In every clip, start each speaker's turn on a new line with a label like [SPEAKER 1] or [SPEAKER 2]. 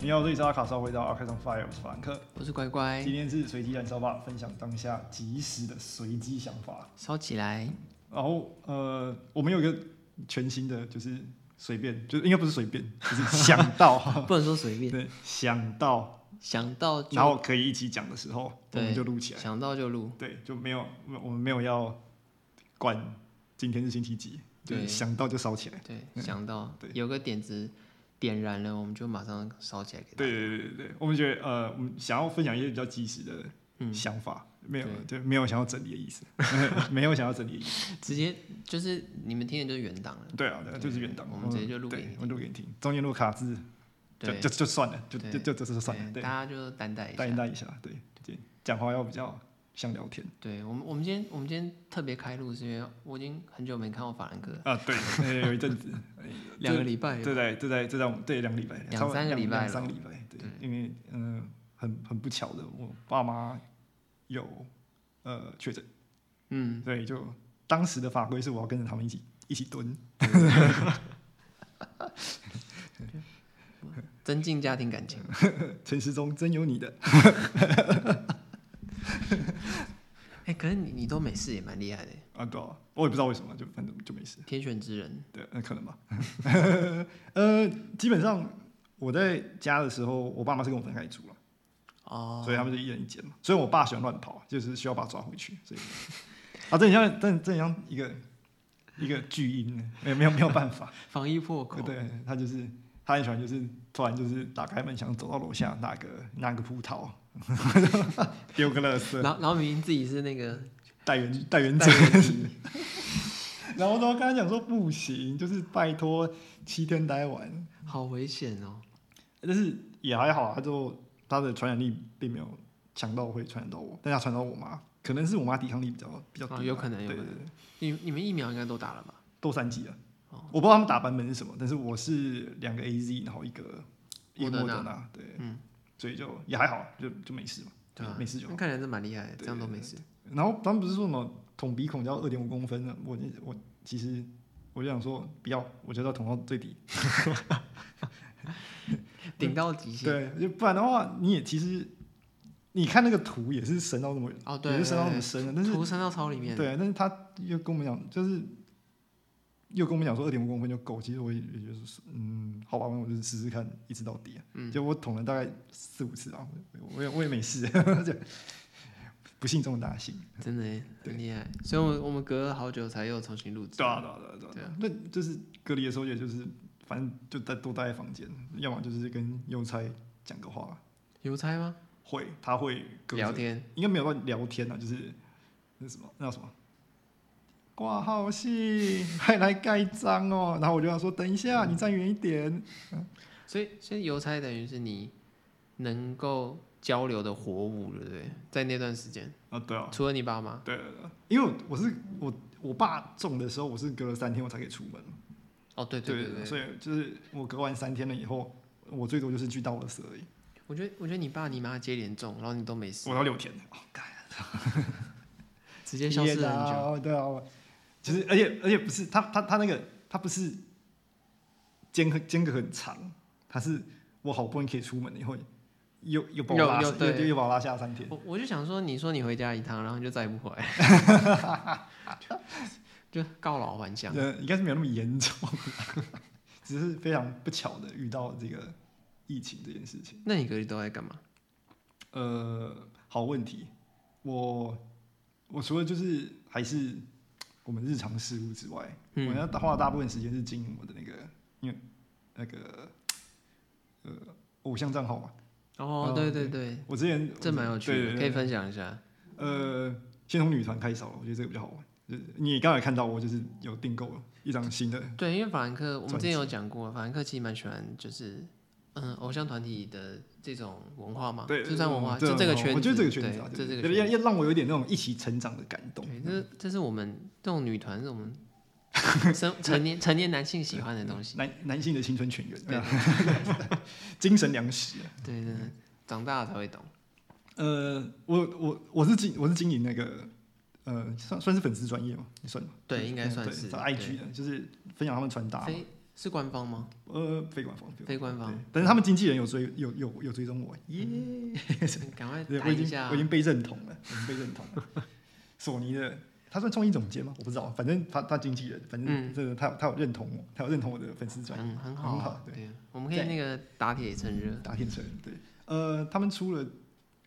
[SPEAKER 1] 你好，这里是阿卡烧回到 Arcade on Fire，我是法兰克。
[SPEAKER 2] 我是乖乖
[SPEAKER 1] 今，天是随机燃烧吧，分享当下即时的随机想法。
[SPEAKER 2] 烧起 来，
[SPEAKER 1] 然后呃，我们有一个全新的，就是随便，就应该不是随便，就是想到，
[SPEAKER 2] 不能说随便，
[SPEAKER 1] 对，想到，
[SPEAKER 2] 想到
[SPEAKER 1] 然
[SPEAKER 2] 就
[SPEAKER 1] 后可以一起讲的时候，我
[SPEAKER 2] 对
[SPEAKER 1] 们就录起来。
[SPEAKER 2] 想到就录，
[SPEAKER 1] 对，就没有我们没有要管今天是星期几，就是
[SPEAKER 2] 对
[SPEAKER 1] 想到就烧起来。
[SPEAKER 2] 对，
[SPEAKER 1] 嗯
[SPEAKER 2] 想到
[SPEAKER 1] 对
[SPEAKER 2] 有个点子点燃了，我们就马上烧起来给
[SPEAKER 1] 对
[SPEAKER 2] 他。
[SPEAKER 1] 对对对对，我们觉得呃，我们想要分享一些比较及时的
[SPEAKER 2] 嗯
[SPEAKER 1] 想法，没有对，没有想要整理的意思， 没有想要整理的意思。
[SPEAKER 2] 直接就是你们听的就是原档了，
[SPEAKER 1] 对啊，对啊，就是原档，
[SPEAKER 2] 我们直接就录给
[SPEAKER 1] 对
[SPEAKER 2] 你
[SPEAKER 1] 我们录给你听，中间录卡字就
[SPEAKER 2] 对
[SPEAKER 1] 就就算了，就
[SPEAKER 2] 对
[SPEAKER 1] 就就就就算了，
[SPEAKER 2] 对，
[SPEAKER 1] 对
[SPEAKER 2] 大，家就担待一
[SPEAKER 1] 带一
[SPEAKER 2] 下。
[SPEAKER 1] 带一下，对，对讲话要比较像聊天
[SPEAKER 2] 对我们，我们今天我们今天特别开录，是因为我已经很久没看过法兰克了，
[SPEAKER 1] 啊，对， 呃有一阵子，
[SPEAKER 2] 两个礼拜有，
[SPEAKER 1] 对对对对对，在我们对两个礼拜，
[SPEAKER 2] 两
[SPEAKER 1] 差不多
[SPEAKER 2] 三个礼拜
[SPEAKER 1] 两
[SPEAKER 2] 了
[SPEAKER 1] 三个礼拜，对，因为嗯，很很不巧的，我爸妈有呃确诊。
[SPEAKER 2] 嗯，
[SPEAKER 1] 对，就当时的法规是我要跟着他们一起一起蹲，
[SPEAKER 2] 增进家庭感情。
[SPEAKER 1] 陈时中真有你的，
[SPEAKER 2] 哎，可是你你都没事，也蛮厉害的，
[SPEAKER 1] 啊，对啊，我也不知道为什么，就反正就没事，
[SPEAKER 2] 天选之人。
[SPEAKER 1] 对，那、可能吧， 呃，基本上我在家的时候，我爸妈是跟我分开住了，
[SPEAKER 2] 哦，
[SPEAKER 1] 所以他们就一人一间嘛，所以我爸喜欢乱跑，就是需要把他抓回去，所以 啊，这很像，这这很像一个一个巨婴呢，没有没有没有办 法，
[SPEAKER 2] 防疫破口，
[SPEAKER 1] 对他就是。他很喜欢，就是突然就是打开门，想走到楼下拿个拿个葡萄， 丢个垃圾，
[SPEAKER 2] 然后然后明明自己是那个
[SPEAKER 1] 代言代言者
[SPEAKER 2] 代，言人
[SPEAKER 1] 然后都跟他讲说不行，就是拜托七天待完，
[SPEAKER 2] 好危险哦！
[SPEAKER 1] 但是也还好啊，他就他的传染力并没有强到会传染到我，但他传到我妈，可能是我妈抵抗力比较比较低吧、
[SPEAKER 2] 啊有可能有
[SPEAKER 1] 对
[SPEAKER 2] 可
[SPEAKER 1] 对
[SPEAKER 2] 能
[SPEAKER 1] 对，
[SPEAKER 2] 你你们疫苗应该都打了吧？
[SPEAKER 1] 都三级了。
[SPEAKER 2] 哦
[SPEAKER 1] 我不知道他们打版本是什么，但是我是两个 A Z，然后一个一个
[SPEAKER 2] 莫
[SPEAKER 1] 莫
[SPEAKER 2] 德纳
[SPEAKER 1] 德纳，对，
[SPEAKER 2] 嗯，
[SPEAKER 1] 所以就也还好，啊就就没事嘛，
[SPEAKER 2] 对啊，
[SPEAKER 1] 没事就好。
[SPEAKER 2] 那看起来是蛮厉害的，
[SPEAKER 1] 对
[SPEAKER 2] 这样都没事。
[SPEAKER 1] 然后他们不是说什么捅鼻孔要二点五公分呢？我我其实我就想说不要，我就要捅到最底。
[SPEAKER 2] 顶到极限。
[SPEAKER 1] 对，就不然的话，你也其实你看那个图也是深到那么，
[SPEAKER 2] 哦，对，
[SPEAKER 1] 也是深到那
[SPEAKER 2] 对
[SPEAKER 1] 么深的，但是
[SPEAKER 2] 图伸到超里面。
[SPEAKER 1] 对，但是他又跟我们讲，就是又跟我们讲说二点五公分就够，其实我也也就是嗯，好吧，我就试试看，一直到底、啊，
[SPEAKER 2] 嗯
[SPEAKER 1] 就我捅了大概四五次啊，我我也我也没事， 就不信中大幸。
[SPEAKER 2] 真的耶
[SPEAKER 1] 对
[SPEAKER 2] 很厉害。所以，我们我们隔了好久才又重新录制。
[SPEAKER 1] 对啊，对啊，对啊，对啊。那就是隔离的时候，也就是反正就待都待在房间，要么就是跟邮差讲个话，
[SPEAKER 2] 邮差吗？
[SPEAKER 1] 会他会隔
[SPEAKER 2] 聊
[SPEAKER 1] 着，
[SPEAKER 2] 天。
[SPEAKER 1] 应该没有到聊天啊，就是那什么那叫什么挂号信，还来盖章哦。然后我就要说，等一下，你站远一点。
[SPEAKER 2] 所以，所以邮差等于是你能够交流的活物，对不对？在那段时间，
[SPEAKER 1] 啊，对啊，
[SPEAKER 2] 除了你爸妈，
[SPEAKER 1] 对对对，因为我是我我爸中的时候，我是隔了三天我才可以出门。
[SPEAKER 2] 哦，对
[SPEAKER 1] 对
[SPEAKER 2] 对对。
[SPEAKER 1] 所以就是我隔完三天了以后，我最多就是去倒垃圾而已。
[SPEAKER 2] 我觉得，我觉得你爸你妈接连中，然后你都没事
[SPEAKER 1] 我，要六天。
[SPEAKER 2] 直接消失了很久。
[SPEAKER 1] 久。对啊，我其实而且而且不是他他他那个他不是间隔间隔很长，他是我好不容易可以出门以后，又又把我
[SPEAKER 2] 又
[SPEAKER 1] 拉
[SPEAKER 2] 又
[SPEAKER 1] 下又
[SPEAKER 2] 对
[SPEAKER 1] 又把我拉下三天。
[SPEAKER 2] 我我就想说，你说你回家一趟，然后你就再也不回来，就 告老还乡。
[SPEAKER 1] 呃，应该是没有那么严重， 只是非常不巧的遇到这个疫情这件事情。
[SPEAKER 2] 那你隔离都在干嘛？
[SPEAKER 1] 呃，好问题，我我除了就是还是我们日常事务之外，
[SPEAKER 2] 嗯
[SPEAKER 1] 我要花了大部分时间是经营我的那个，因为那个呃偶像账号嘛。
[SPEAKER 2] 哦
[SPEAKER 1] 哦，
[SPEAKER 2] 对对对，
[SPEAKER 1] 我之前
[SPEAKER 2] 这蛮有趣
[SPEAKER 1] 对
[SPEAKER 2] 的，
[SPEAKER 1] 对
[SPEAKER 2] 可
[SPEAKER 1] 对
[SPEAKER 2] 以分享一下。
[SPEAKER 1] 呃，先从女团开始好了，我觉得这个比较好玩。就是你也刚才看到我就是有订购一张新的，
[SPEAKER 2] 对，因为法兰克，我们
[SPEAKER 1] 专
[SPEAKER 2] 之前有讲过，法兰克其实蛮喜欢就是嗯偶像团体的这种文化嘛，
[SPEAKER 1] 对，
[SPEAKER 2] 就算文化，
[SPEAKER 1] 对
[SPEAKER 2] 就这个圈子，
[SPEAKER 1] 我觉得这个圈子啊，对
[SPEAKER 2] 对
[SPEAKER 1] 对
[SPEAKER 2] 就这个
[SPEAKER 1] 对要
[SPEAKER 2] 圈子。
[SPEAKER 1] 要让我有点那嗯种一起成长的感动。
[SPEAKER 2] 对，这这是我们这种女团，是 我们成成年成年男性喜欢的东西。
[SPEAKER 1] 男男性的青春泉源，
[SPEAKER 2] 对
[SPEAKER 1] 精神粮食。啊
[SPEAKER 2] 对对对，长大了才会懂。
[SPEAKER 1] 呃，我我我是经我是经营那个呃，算算是粉丝专业嘛，你算吗？
[SPEAKER 2] 对，应该算是
[SPEAKER 1] 在 IG 的，就是分享他们穿搭嘛。
[SPEAKER 2] 非是官方吗？
[SPEAKER 1] 呃，非官方，
[SPEAKER 2] 非官方嗯
[SPEAKER 1] 对，但是他们经纪人有追，有有有追踪我，耶！
[SPEAKER 2] 嗯赶快
[SPEAKER 1] 对，
[SPEAKER 2] 谈
[SPEAKER 1] 我已
[SPEAKER 2] 一
[SPEAKER 1] 经
[SPEAKER 2] 下
[SPEAKER 1] 我已。经被认同了，我已经被认同了。索尼的，他算创意总监吗？我不知道，反正他他经纪人，反正
[SPEAKER 2] 嗯
[SPEAKER 1] 真的他有他有认同我，他有认同我的粉丝专业，
[SPEAKER 2] 嗯，很好
[SPEAKER 1] 很
[SPEAKER 2] 啊
[SPEAKER 1] 好，对
[SPEAKER 2] 对，我们可以
[SPEAKER 1] 对
[SPEAKER 2] 那个 打铁趁热，
[SPEAKER 1] 打天成对，呃，他们出了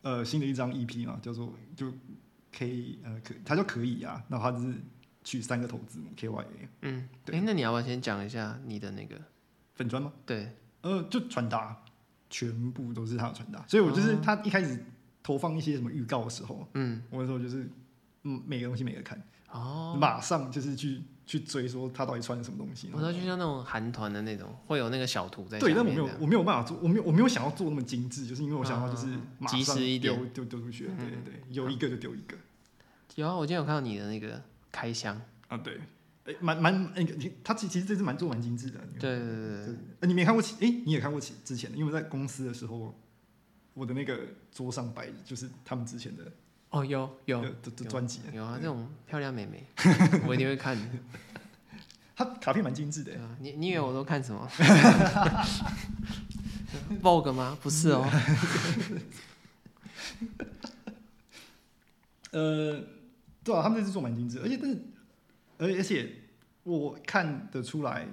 [SPEAKER 1] 呃新的一张 EP 嘛，叫做就 K 呃可，他叫可以啊，然后他就是取三个头字母 K Y A
[SPEAKER 2] 嗯，
[SPEAKER 1] 对
[SPEAKER 2] 哎，那你要不要先讲一下你的那个？
[SPEAKER 1] 粉砖吗？
[SPEAKER 2] 对，
[SPEAKER 1] 呃，就传达，全部都是他的传达，所以我就是他一开始投放一些什么预告的时候，
[SPEAKER 2] 哦嗯，
[SPEAKER 1] 我那时候就是嗯每个东西每个看，
[SPEAKER 2] 哦，
[SPEAKER 1] 马上就是去去追说他到底穿了什么东西。
[SPEAKER 2] 我说就像那种韩团的那种，会有那个小图在下
[SPEAKER 1] 对，
[SPEAKER 2] 面
[SPEAKER 1] 但
[SPEAKER 2] 这
[SPEAKER 1] 我没
[SPEAKER 2] 样。
[SPEAKER 1] 有，我没有办法做，我没有，我没有想要做那么精致，就是因为我想要就是
[SPEAKER 2] 嗯
[SPEAKER 1] 马
[SPEAKER 2] 及
[SPEAKER 1] 上
[SPEAKER 2] 时一点
[SPEAKER 1] 丢丢丢出去，对对对，有
[SPEAKER 2] 嗯
[SPEAKER 1] 一个就丢一个
[SPEAKER 2] 有啊，我今天有看到你的那个开箱，
[SPEAKER 1] 啊，对，哎，蛮蛮，哎，你他其其实这次蛮做蛮精致的，啊你
[SPEAKER 2] 对
[SPEAKER 1] 有
[SPEAKER 2] 对对对，
[SPEAKER 1] 呃，你没看过其，哎、你也看过其之前的，因为我在公司的时候，我的那个桌上摆就是他们之前的
[SPEAKER 2] 哦，有有
[SPEAKER 1] 的的的专辑，
[SPEAKER 2] 有啊，
[SPEAKER 1] 对
[SPEAKER 2] 这种漂亮 妹妹，我一定会看。
[SPEAKER 1] 他卡片蛮精致的欸
[SPEAKER 2] 对，啊，你你以为我都看什 么？Vogue 吗？不是哦。
[SPEAKER 1] 呃，对啊，他们这次做蛮精致的，而且但是，而而且我看得出来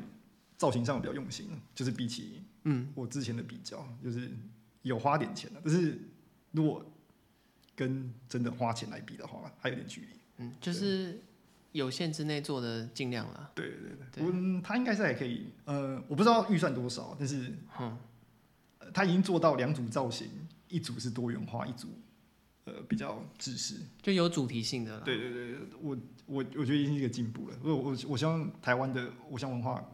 [SPEAKER 1] 造型上比较用心，啊就是比起
[SPEAKER 2] 嗯，
[SPEAKER 1] 我之前的比较，就是有花点钱的，啊但是如果跟真的花钱来比的话，还有点距离。
[SPEAKER 2] 嗯，就是有限之内做的尽量啦。
[SPEAKER 1] 对对对
[SPEAKER 2] 对
[SPEAKER 1] 对，我嗯他应该是还可以，呃，我不知道预算多少，但是
[SPEAKER 2] 哼，
[SPEAKER 1] 呃他已经做到两组造型，一组是多元化，一组呃比较制式。
[SPEAKER 2] 就有主题性的啦。
[SPEAKER 1] 对对对，我我我觉得已经是一个进步了。我我我希望台湾的偶像文化，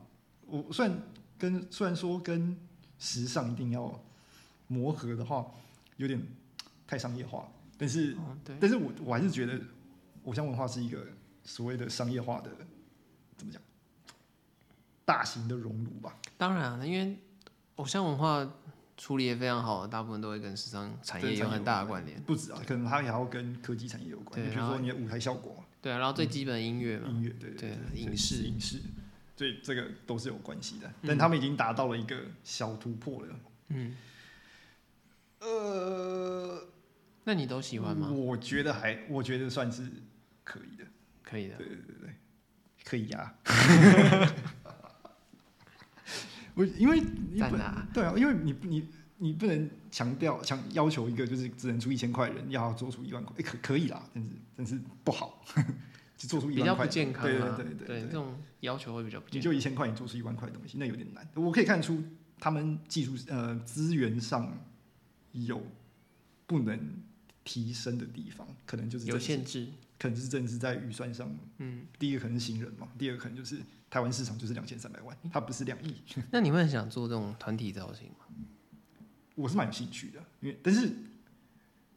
[SPEAKER 1] 我虽然跟虽然说跟时尚一定要磨合的话，有点太商业化，但是
[SPEAKER 2] 哦，对，
[SPEAKER 1] 但是我我还是觉得偶像文化是一个所谓的商业化的怎么讲，大型的熔炉吧。
[SPEAKER 2] 当然啊，因为偶像文化处理也非常好，大部分都会跟时尚产业有很大的关联。
[SPEAKER 1] 不止啊，可能它也要跟科技产业有关，比
[SPEAKER 2] 对
[SPEAKER 1] 如
[SPEAKER 2] 然后
[SPEAKER 1] 说你的舞台效果嘛、
[SPEAKER 2] 对啊，然后最基本的音乐嘛，
[SPEAKER 1] 音乐，对
[SPEAKER 2] 对
[SPEAKER 1] 对
[SPEAKER 2] 影视
[SPEAKER 1] 影视，所以这个都是有关系的。但他们已经达到了一个小突破了。
[SPEAKER 2] 嗯，
[SPEAKER 1] 呃，
[SPEAKER 2] 那你都喜欢吗？
[SPEAKER 1] 我觉得还，我觉得算是可以的，
[SPEAKER 2] 可以的。
[SPEAKER 1] 可以 啊。我因为你
[SPEAKER 2] 赞
[SPEAKER 1] 不
[SPEAKER 2] 啊
[SPEAKER 1] 对啊，因为你你你不能强调强要求一个就是只能出一千块的人要做出一万块，诶可可以啦，但是但是不好， 就做出一
[SPEAKER 2] 比
[SPEAKER 1] 万
[SPEAKER 2] 较
[SPEAKER 1] 块的东
[SPEAKER 2] 不
[SPEAKER 1] 西，
[SPEAKER 2] 健康
[SPEAKER 1] 对
[SPEAKER 2] 啊，
[SPEAKER 1] 对对对
[SPEAKER 2] 这种要求会比较不
[SPEAKER 1] 你
[SPEAKER 2] 健
[SPEAKER 1] 就
[SPEAKER 2] 康。
[SPEAKER 1] 一千块，你做出一万块的东西，那有点难。我可以看出他们技术呃资源上有不能提升的地方，可能就是
[SPEAKER 2] 有
[SPEAKER 1] 真的是
[SPEAKER 2] 限制，
[SPEAKER 1] 可能就是真的是在预算上，
[SPEAKER 2] 嗯，
[SPEAKER 1] 第一个可能是新人嘛，第二个可能就是台湾市场就是两千三百万，它不是两亿。
[SPEAKER 2] 那你会很想做这种团体造型吗？
[SPEAKER 1] 我是蛮有兴趣的，因为但是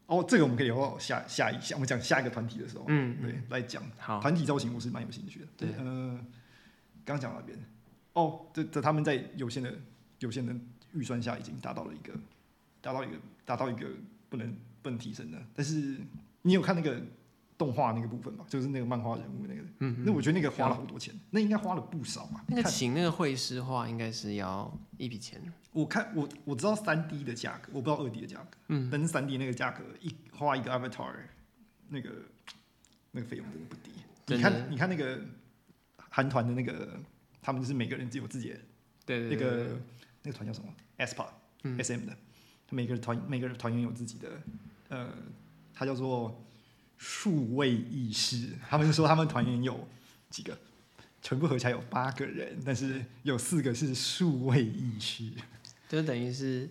[SPEAKER 1] 哦，这个我们可以聊到下下一项，我们讲下一个团体的时候，
[SPEAKER 2] 嗯
[SPEAKER 1] 对，来讲
[SPEAKER 2] 好，
[SPEAKER 1] 团体造型我是蛮有兴趣的。
[SPEAKER 2] 对
[SPEAKER 1] 呃，刚讲到那边，哦，这这他们在有限的有限的预算下，已经达到了一个达到一个达到一个不能不能提升的。但是你有看那个动画那个部分吧？就是那个漫画人物那个，
[SPEAKER 2] 嗯，
[SPEAKER 1] 那我觉得那个花了好多钱，那应该花了不少嘛。
[SPEAKER 2] 那个
[SPEAKER 1] 看
[SPEAKER 2] 请那个绘师画应该是要一笔钱，
[SPEAKER 1] 我看我我知道三 D 的价格，我不知道二 D 的价格，
[SPEAKER 2] 嗯，
[SPEAKER 1] 但是三 D 那个价格一花一个 Avatar 那个那个费用真的不低。
[SPEAKER 2] 真
[SPEAKER 1] 你
[SPEAKER 2] 的
[SPEAKER 1] 看你看那个韩团的那个，他们就是每个人只有自己的
[SPEAKER 2] 对
[SPEAKER 1] 那
[SPEAKER 2] 对对对，
[SPEAKER 1] 个那个团叫什么 s p a
[SPEAKER 2] 呃嗯
[SPEAKER 1] SM 的，每个团每个团员有自己的呃，它叫做数位意识。他们说他们团员有几个，全部合起来有八个人，但是有四个是数位意识，
[SPEAKER 2] 就等于是，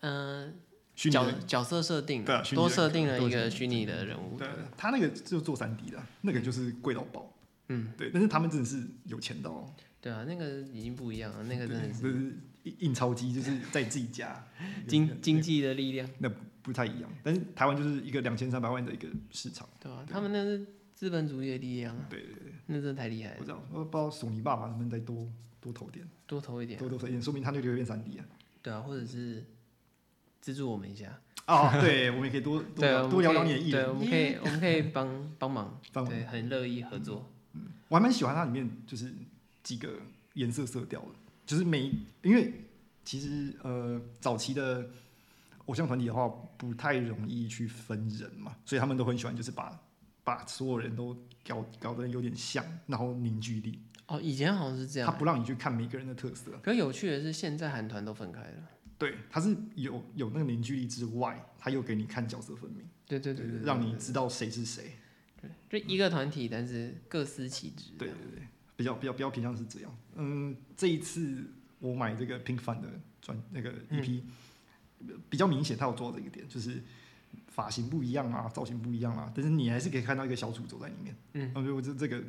[SPEAKER 2] 嗯、
[SPEAKER 1] 虚拟
[SPEAKER 2] 角
[SPEAKER 1] 人
[SPEAKER 2] 角色设定，
[SPEAKER 1] 对啊虚拟
[SPEAKER 2] 多
[SPEAKER 1] 人
[SPEAKER 2] 设
[SPEAKER 1] 格
[SPEAKER 2] 定了
[SPEAKER 1] 多
[SPEAKER 2] 一
[SPEAKER 1] 设
[SPEAKER 2] 个
[SPEAKER 1] 定
[SPEAKER 2] 虚拟的人物，
[SPEAKER 1] 对，他那个就做三 D 的，那个就是贵到爆。
[SPEAKER 2] 嗯，
[SPEAKER 1] 对，但是他们真的是有钱到，
[SPEAKER 2] 对啊，那个已经不一样了，那个真
[SPEAKER 1] 对
[SPEAKER 2] 的
[SPEAKER 1] 就是是印印钞机，就是在自己家
[SPEAKER 2] 经经济的力量，
[SPEAKER 1] 那不太一样。但是台湾就是一个两千三百万的一个市场，
[SPEAKER 2] 对吧、
[SPEAKER 1] 对
[SPEAKER 2] 他们那是资本主义的力量啊，
[SPEAKER 1] 对对对，
[SPEAKER 2] 那真的太厉害
[SPEAKER 1] 我
[SPEAKER 2] 了，
[SPEAKER 1] 知道，我不知道索尼爸爸能不能再多多投点，
[SPEAKER 2] 多投一点，
[SPEAKER 1] 多多投点，说明他那个会变三 D 啊。
[SPEAKER 2] 对啊，或者是资助我们一下，
[SPEAKER 1] 哦，对，我们也可以多多
[SPEAKER 2] 对
[SPEAKER 1] 聊
[SPEAKER 2] 啊，我们
[SPEAKER 1] 多聊聊
[SPEAKER 2] 可
[SPEAKER 1] 你的艺
[SPEAKER 2] 以对，
[SPEAKER 1] 人，
[SPEAKER 2] 我们可以我们可以 帮帮忙，
[SPEAKER 1] 帮忙
[SPEAKER 2] 对，很乐意合作，
[SPEAKER 1] 我还蛮喜欢它里面就是几个颜色色调了，就是每因为其实呃早期的偶像团体的话不太容易去分人嘛，所以他们都很喜欢就是把把所有人都搞搞得有点像，然后凝聚力，
[SPEAKER 2] 哦，以前好像是这
[SPEAKER 1] 他
[SPEAKER 2] 样。
[SPEAKER 1] 不让你去看每个人的特色，
[SPEAKER 2] 可有趣的是，现在韩团都分开了。
[SPEAKER 1] 对，他是有有那个凝聚力之外，他又给你看角色分明，
[SPEAKER 2] 对对对对，对
[SPEAKER 1] 让你知道谁是谁，
[SPEAKER 2] 对就一个团体，但是各司其职。
[SPEAKER 1] 对对对，比较比较比较偏向是这样。嗯，这一次我买这个 Pink Fun 的专那个
[SPEAKER 2] 嗯
[SPEAKER 1] EP，、比较明显他有做到这一点，就是发型不一样啊，造型不一样啊，但是你还是可以看到一个小主轴在里面。
[SPEAKER 2] 嗯，
[SPEAKER 1] 我觉得我这这个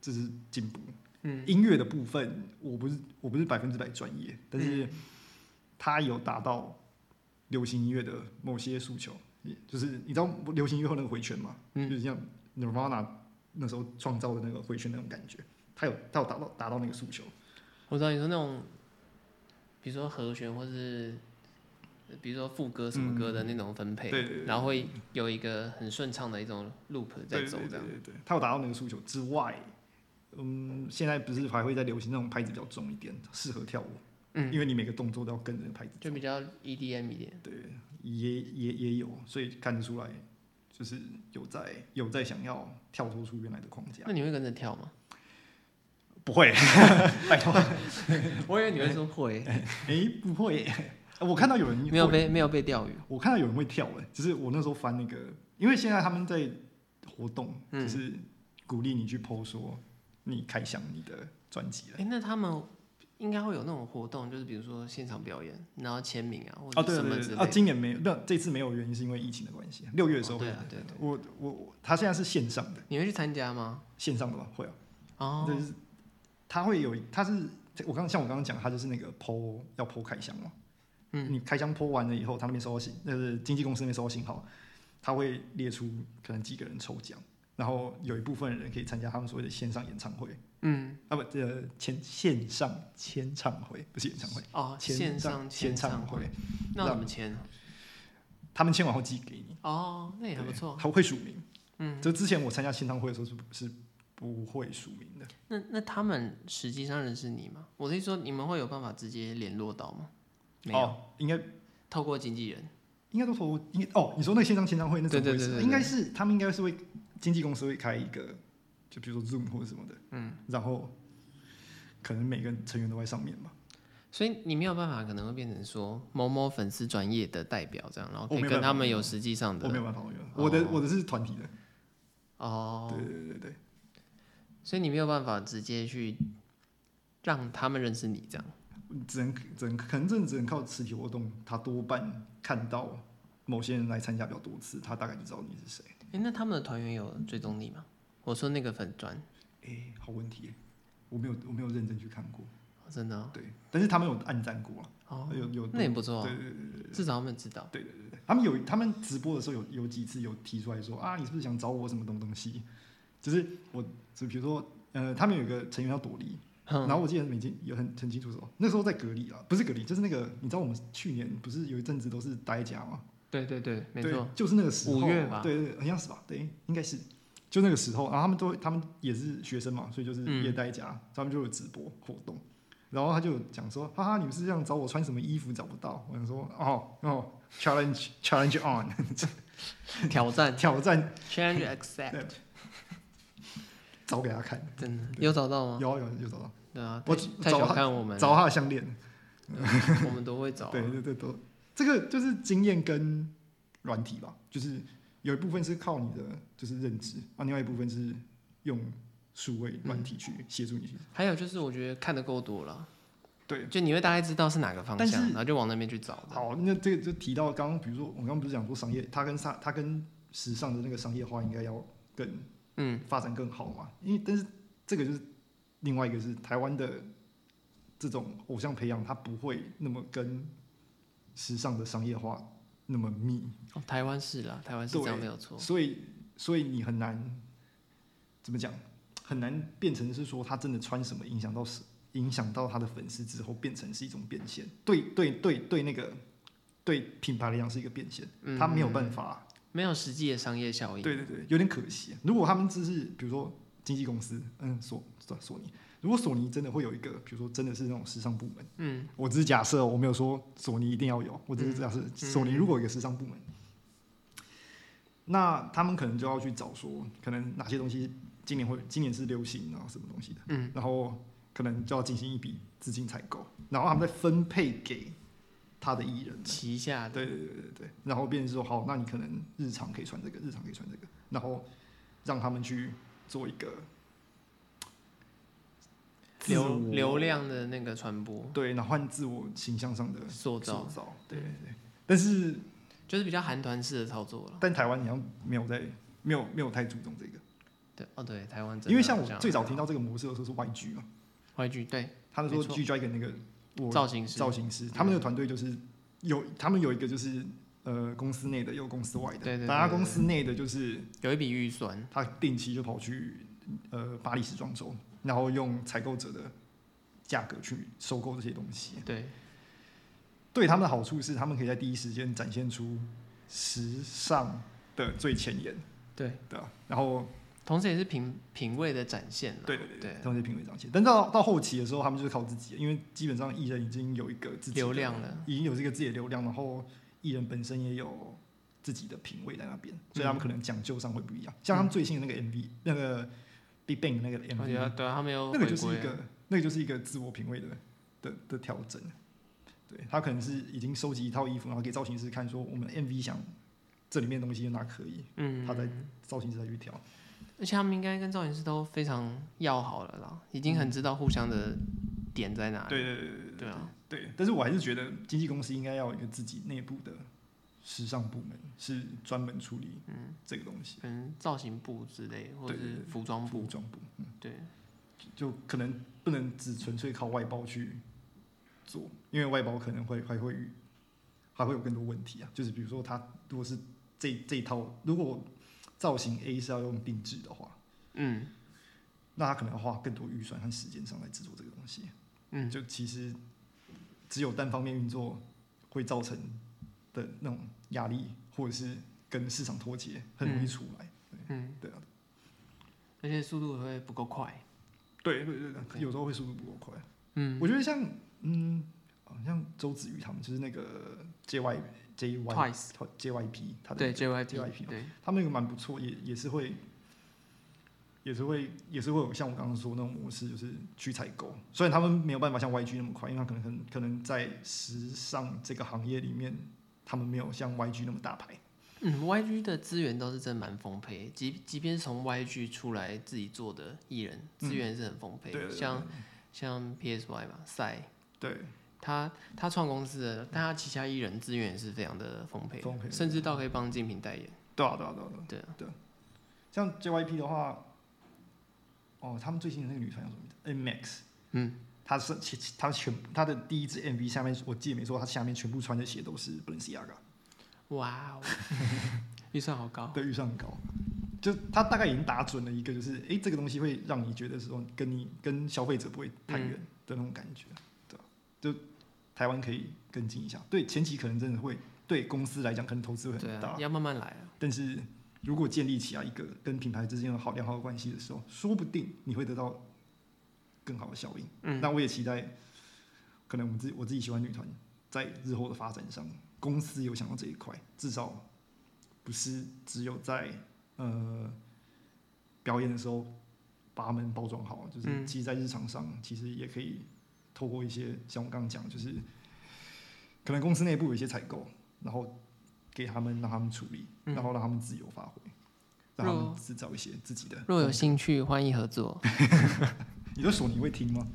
[SPEAKER 1] 这是进步。
[SPEAKER 2] 嗯，
[SPEAKER 1] 音乐的部分我不是我不是百分之百专业，但
[SPEAKER 2] 嗯
[SPEAKER 1] 是他有达到流行音乐的某些诉求，也就是你知道流行音乐后那个回圈嘛，
[SPEAKER 2] 嗯
[SPEAKER 1] 就是像 Nirvana 那时候创造的那个回圈那种感觉，他有他有达到达到那个诉求，
[SPEAKER 2] 我知道你说那种，比如说和弦或是，呃比如说副歌什么歌的那种分
[SPEAKER 1] 嗯
[SPEAKER 2] 配，
[SPEAKER 1] 对对对
[SPEAKER 2] 然后会有一个很顺畅的一种 loop 在
[SPEAKER 1] 对
[SPEAKER 2] 走
[SPEAKER 1] 对
[SPEAKER 2] 这
[SPEAKER 1] 对
[SPEAKER 2] 样。
[SPEAKER 1] 对对，他有达到那个诉求之外，嗯，现在不是还会在流行那种拍子比较重一点，适合跳舞，
[SPEAKER 2] 嗯，
[SPEAKER 1] 因为你每个动作都要跟着拍子
[SPEAKER 2] 就比较 EDM 一点。
[SPEAKER 1] 对，也也也有，所以看得出来，就是有在有在想要跳脱出原来的框架。
[SPEAKER 2] 那你会跟着跳吗？
[SPEAKER 1] 不 会，拜托，
[SPEAKER 2] 我以为你会 说会，
[SPEAKER 1] 哎，不会。我看到有人会
[SPEAKER 2] 没有，被没有被钓鱼。
[SPEAKER 1] 我看到有人会跳哎，只是我那时候翻那个，因为现在他们在活动，
[SPEAKER 2] 嗯
[SPEAKER 1] 就是鼓励你去 PO 说你开箱你的专辑了。
[SPEAKER 2] 哎、那他们应该会有那种活动，就是比如说现场表演，然后签名啊，
[SPEAKER 1] 哦，
[SPEAKER 2] 或者
[SPEAKER 1] 对
[SPEAKER 2] 什
[SPEAKER 1] 对
[SPEAKER 2] 么
[SPEAKER 1] 对
[SPEAKER 2] 之类
[SPEAKER 1] 对，
[SPEAKER 2] 的。
[SPEAKER 1] 哦，今年没有，那这次没有原因是因为疫情的关系。六月的时候
[SPEAKER 2] 哦
[SPEAKER 1] 会
[SPEAKER 2] 对
[SPEAKER 1] 有，
[SPEAKER 2] 啊对对
[SPEAKER 1] 我我我他现在是线上的，
[SPEAKER 2] 你会去参加吗？
[SPEAKER 1] 线上的吧，会啊。
[SPEAKER 2] 哦，
[SPEAKER 1] 就是它会有，它是我刚像我刚刚讲，它就是那个剖要剖开箱嘛，
[SPEAKER 2] 嗯，
[SPEAKER 1] 你开箱剖完了以后，他那边收到信，那是经纪公司那边收到信号，他会列出可能几个人抽奖，然后有一部分人可以参加他们所谓的线上演唱会，
[SPEAKER 2] 嗯，
[SPEAKER 1] 啊不，呃，签线上签唱会不是演唱会，
[SPEAKER 2] 哦，线上
[SPEAKER 1] 签
[SPEAKER 2] 签
[SPEAKER 1] 唱
[SPEAKER 2] 唱会，
[SPEAKER 1] 会，
[SPEAKER 2] 那怎么签？
[SPEAKER 1] 他们签完后寄给你，
[SPEAKER 2] 哦，那也还不错。
[SPEAKER 1] 他会署名，
[SPEAKER 2] 嗯，
[SPEAKER 1] 就之前我参加签唱会的时候是是不会署名的。
[SPEAKER 2] 那那他们实际上认识你吗？我的意思说，你们会有办法直接联络到吗？没有，
[SPEAKER 1] 哦，应该
[SPEAKER 2] 透过经纪人。
[SPEAKER 1] 应该都投应该哦，你说那个线上签唱会那种
[SPEAKER 2] 对
[SPEAKER 1] 会
[SPEAKER 2] 对
[SPEAKER 1] 是
[SPEAKER 2] 对对
[SPEAKER 1] 应该是他们应该是会经纪公司会开一个，就比如说 Zoom 或者什么的，嗯，然后可能每个成员都在上面嘛，
[SPEAKER 2] 所以你没有办法，可能会变成说某某粉丝专业的代表这样，然后可
[SPEAKER 1] 我
[SPEAKER 2] 以
[SPEAKER 1] 没有
[SPEAKER 2] 跟
[SPEAKER 1] 办法
[SPEAKER 2] 他们有实际上
[SPEAKER 1] 我没
[SPEAKER 2] 的
[SPEAKER 1] 有办法，我没有办法，我的
[SPEAKER 2] 嗯哦
[SPEAKER 1] 我的是团体的，
[SPEAKER 2] 哦，
[SPEAKER 1] 对对对对对，
[SPEAKER 2] 所以你没有办法直接去让他们认识你这样。
[SPEAKER 1] 只能只能可能真的只能靠实体活动，他多半看到某些人来参加比较多次，他大概就知道你是谁。
[SPEAKER 2] 哎、那他们的团员有追踪你吗？我说那个粉砖、
[SPEAKER 1] 哎，好问题耶，我没有我没有认真去看过，
[SPEAKER 2] 哦真的哦，
[SPEAKER 1] 对，但是他们有暗赞过啊，
[SPEAKER 2] 哦
[SPEAKER 1] 有有
[SPEAKER 2] 那也不错、
[SPEAKER 1] 对
[SPEAKER 2] 哦，
[SPEAKER 1] 对对对对。
[SPEAKER 2] 至少他们知道。
[SPEAKER 1] 对对对对，他们有他们直播的时候有有几次有提出来说啊，你是不是想找我什么东东西？就是我就比如说呃，他们有一个成员要躲离，
[SPEAKER 2] 嗯
[SPEAKER 1] 然后我记得每天有很很清楚说，那时候在隔离啊，不是隔离，就是那个你知道我们去年不是有一阵子都是待在家嘛，
[SPEAKER 2] 对对对，没
[SPEAKER 1] 对
[SPEAKER 2] 错。，
[SPEAKER 1] 就是那个时候，
[SPEAKER 2] 五月吧
[SPEAKER 1] 对对，对好像是吧？对，应该是，就那个时候，然后他们都他们也是学生嘛，所以就是
[SPEAKER 2] 嗯
[SPEAKER 1] 也待家，他们就有直播活动，然后他就讲说，哈哈，你们是这样找我穿什么衣服找不到？我想说，哦哦，challenge challenge on
[SPEAKER 2] 挑战
[SPEAKER 1] 挑战，
[SPEAKER 2] ，challenge accept，
[SPEAKER 1] 对找给他看，
[SPEAKER 2] 真的有找到吗？
[SPEAKER 1] 有啊有啊有找到，
[SPEAKER 2] 对啊，
[SPEAKER 1] 我
[SPEAKER 2] 太
[SPEAKER 1] 找
[SPEAKER 2] 太小
[SPEAKER 1] 他
[SPEAKER 2] 看我们了，
[SPEAKER 1] 找他的项链，
[SPEAKER 2] 我们都会找啊、
[SPEAKER 1] 对对对，都这个就是经验跟软体吧，就是有一部分是靠你的就是认知，啊，另外一部分是用数位软体去协助你去
[SPEAKER 2] 还有就是，我觉得看的够多了，
[SPEAKER 1] 对，
[SPEAKER 2] 就你会大概知道是哪个方
[SPEAKER 1] 但
[SPEAKER 2] 向，
[SPEAKER 1] 是
[SPEAKER 2] 然后就往那边去找的。
[SPEAKER 1] 好，那这个就提到刚刚，比如说我刚刚不是讲说商业，它跟商，它跟时尚的那个商业化应该要更
[SPEAKER 2] 嗯，
[SPEAKER 1] 发展更好嘛？因为但是这个就是另外一个是台湾的这种偶像培养，它不会那么跟时尚的商业化那么密，
[SPEAKER 2] 哦台湾是啦，台湾是这样
[SPEAKER 1] 对
[SPEAKER 2] 没有错。
[SPEAKER 1] 所以所以你很难怎么讲，很难变成是说他真的穿什么影响到是影响到他的粉丝之后，变成是一种变现。对对对对，那个对品牌来讲是一个变现，
[SPEAKER 2] 嗯
[SPEAKER 1] 他没有办法。
[SPEAKER 2] 没有实际的商业效应。
[SPEAKER 1] 对对对，有点可惜。如果他们只是比如说经纪公司，嗯，索索索尼，如果索尼真的会有一个，比如说真的是那种时尚部门，
[SPEAKER 2] 嗯，
[SPEAKER 1] 我只是假设，我没有说索尼一定要有，我只是假设索尼如果有一个时尚部门，那他们可能就要去找说，可能哪些东西今年会今年是流行啊什么东西的，
[SPEAKER 2] 嗯，
[SPEAKER 1] 然后可能就要进行一笔资金采购，然后他们再分配给他的艺人们，
[SPEAKER 2] 旗下
[SPEAKER 1] 啊
[SPEAKER 2] 的
[SPEAKER 1] 对对对对对，然后变成说好，那你可能日常可以穿这个，日常可以穿这个，然后让他们去做一个自
[SPEAKER 2] 流
[SPEAKER 1] 我
[SPEAKER 2] 流量的那个传播
[SPEAKER 1] 对，然后换自我形象上的
[SPEAKER 2] 塑
[SPEAKER 1] 塑
[SPEAKER 2] 造，
[SPEAKER 1] 造，对对对。但是
[SPEAKER 2] 就是比较韩团式的操作了。
[SPEAKER 1] 但台湾好像没有在没有没有太注重这个，
[SPEAKER 2] 对，哦对，台湾真的
[SPEAKER 1] 因为像
[SPEAKER 2] 好
[SPEAKER 1] 我最早听到这个模式的时候是 YG 嘛，
[SPEAKER 2] 坏剧对
[SPEAKER 1] 他那时候
[SPEAKER 2] 没错
[SPEAKER 1] G Dragon 那个我
[SPEAKER 2] 造型师
[SPEAKER 1] 造型师，他们的团队就是有他们有一个就是呃公司内的，有公司外的，
[SPEAKER 2] 对对对
[SPEAKER 1] 大家
[SPEAKER 2] 对对
[SPEAKER 1] 公司内的就是。
[SPEAKER 2] 有一笔预算，
[SPEAKER 1] 他定期就跑去呃巴黎时装周，然后用采购者的价格去收购这些东西。
[SPEAKER 2] 对
[SPEAKER 1] 对他们的好处是，他们可以在第一时间展现出时尚的最前沿，
[SPEAKER 2] 对，
[SPEAKER 1] 对吧、然后
[SPEAKER 2] 同时也是品品味的展现了。
[SPEAKER 1] 对对对
[SPEAKER 2] 对
[SPEAKER 1] 他们就品味彰显。但到到后期的时候，他们就是靠自己，因为基本上艺人已经有一个自己的
[SPEAKER 2] 流量了，
[SPEAKER 1] 已经有这个自己的流量，然后艺人本身也有自己的品味在那边，所以他们可能讲究上会不一样。像他们最新的那个 MV，、那个 Big Bang 的那个 MV，
[SPEAKER 2] 我觉得对啊，他们嗯有
[SPEAKER 1] 那个就是
[SPEAKER 2] 回
[SPEAKER 1] 一
[SPEAKER 2] 归
[SPEAKER 1] 个，那个就是一个自我品味的的的调整。对他可能是已经收集一套衣服，然后给造型师看，说我们 MV 想这里面的东西哪可以，
[SPEAKER 2] 嗯，
[SPEAKER 1] 他在造型师再去调。
[SPEAKER 2] 而且他们应该跟造型师都非常要好了啦，已经很知道互相的点在哪里。
[SPEAKER 1] 对对对嗯对
[SPEAKER 2] 对啊，
[SPEAKER 1] 对，但是我还是觉得经纪公司应该要有一个自己内部的时尚部门，是专门处理这个东西，
[SPEAKER 2] 可能造型部之类，或者
[SPEAKER 1] 对对
[SPEAKER 2] 是
[SPEAKER 1] 对
[SPEAKER 2] 服装
[SPEAKER 1] 服
[SPEAKER 2] 部，
[SPEAKER 1] 装部，嗯
[SPEAKER 2] 对，
[SPEAKER 1] 就可能不能只纯粹靠外包去做，因为外包可能会还会遇还会有更多问题啊。就是比如说，他如果是这这一套，如果造型 A 是要用定制的话，
[SPEAKER 2] 嗯
[SPEAKER 1] 那他可能要花更多预算和时间上来制作这个东西。
[SPEAKER 2] 嗯，
[SPEAKER 1] 就其实只有单方面运作会造成的那种压力，或者是跟市场脱节，很容易出来。
[SPEAKER 2] 嗯，
[SPEAKER 1] 对啊，
[SPEAKER 2] 而且速度也会不够快，
[SPEAKER 1] 对对对对，
[SPEAKER 2] 对
[SPEAKER 1] 有时候会速度不够快。
[SPEAKER 2] 嗯，
[SPEAKER 1] 我觉得像嗯，好像周子瑜他们就是那个 JY JY
[SPEAKER 2] ，Twice，
[SPEAKER 1] JYP 他的
[SPEAKER 2] 对
[SPEAKER 1] ，JYP
[SPEAKER 2] ，JYP，对，
[SPEAKER 1] 他们那个蛮不错，也也是会，也是会，也是会有像我刚刚说那种模式，就是去采购。虽然他们没有办法像 YG 那么快，因为他可能可能可能在时尚这个行业里面，他们没有像 YG 那么大牌。
[SPEAKER 2] 嗯，YG 的资源都是真蛮丰沛，即即便是从 YG 出来自己做的艺人，资源是很丰沛，
[SPEAKER 1] 嗯对对对
[SPEAKER 2] 像像 PSY 嘛，赛。
[SPEAKER 1] 对
[SPEAKER 2] 他他创公司的，但他旗下艺人资源也是非常的丰沛的，
[SPEAKER 1] 丰沛
[SPEAKER 2] 甚至到可以帮竞品代言。
[SPEAKER 1] 对啊对啊对啊对啊
[SPEAKER 2] 对啊，
[SPEAKER 1] 对啊。像 JYP 的话，哦，他们最新的那个女团叫什么名字？NMAX。
[SPEAKER 2] 嗯，
[SPEAKER 1] 她是其其她全她的第一支 MV 下面，我记得没错，她下面全部穿的鞋都是 Balenciaga。
[SPEAKER 2] 哇哦， 预算好高。
[SPEAKER 1] 对，预算很高。就他大概已经打准了一个，就是哎、诶这个东西会让你觉得说跟你跟消费者不会太远
[SPEAKER 2] 嗯
[SPEAKER 1] 的那种感觉，对吧？就台湾可以跟进一下。对，前期可能真的会对公司来讲，可能投资会
[SPEAKER 2] 对
[SPEAKER 1] 很
[SPEAKER 2] 啊
[SPEAKER 1] 大，，
[SPEAKER 2] 要慢慢来啊。
[SPEAKER 1] 但是如果建立起来一个跟品牌之间有好良好的关系的时候，说不定你会得到更好的效应。
[SPEAKER 2] 嗯
[SPEAKER 1] 那我也期待，可能我们自己我自己喜欢女团，在日后的发展上，公司有想到这一块，至少不是只有在呃表演的时候把他们包装好，就是
[SPEAKER 2] 嗯
[SPEAKER 1] 其实在日常上，其实也可以透过一些像我刚刚讲，就是可能公司内部有一些采购，然后给他们让他们处理，
[SPEAKER 2] 嗯
[SPEAKER 1] 然后让他们自由发挥，让他
[SPEAKER 2] 若
[SPEAKER 1] 们制造一些自己的。
[SPEAKER 2] 若有兴趣，欢迎合作，
[SPEAKER 1] 你说索尼会听吗？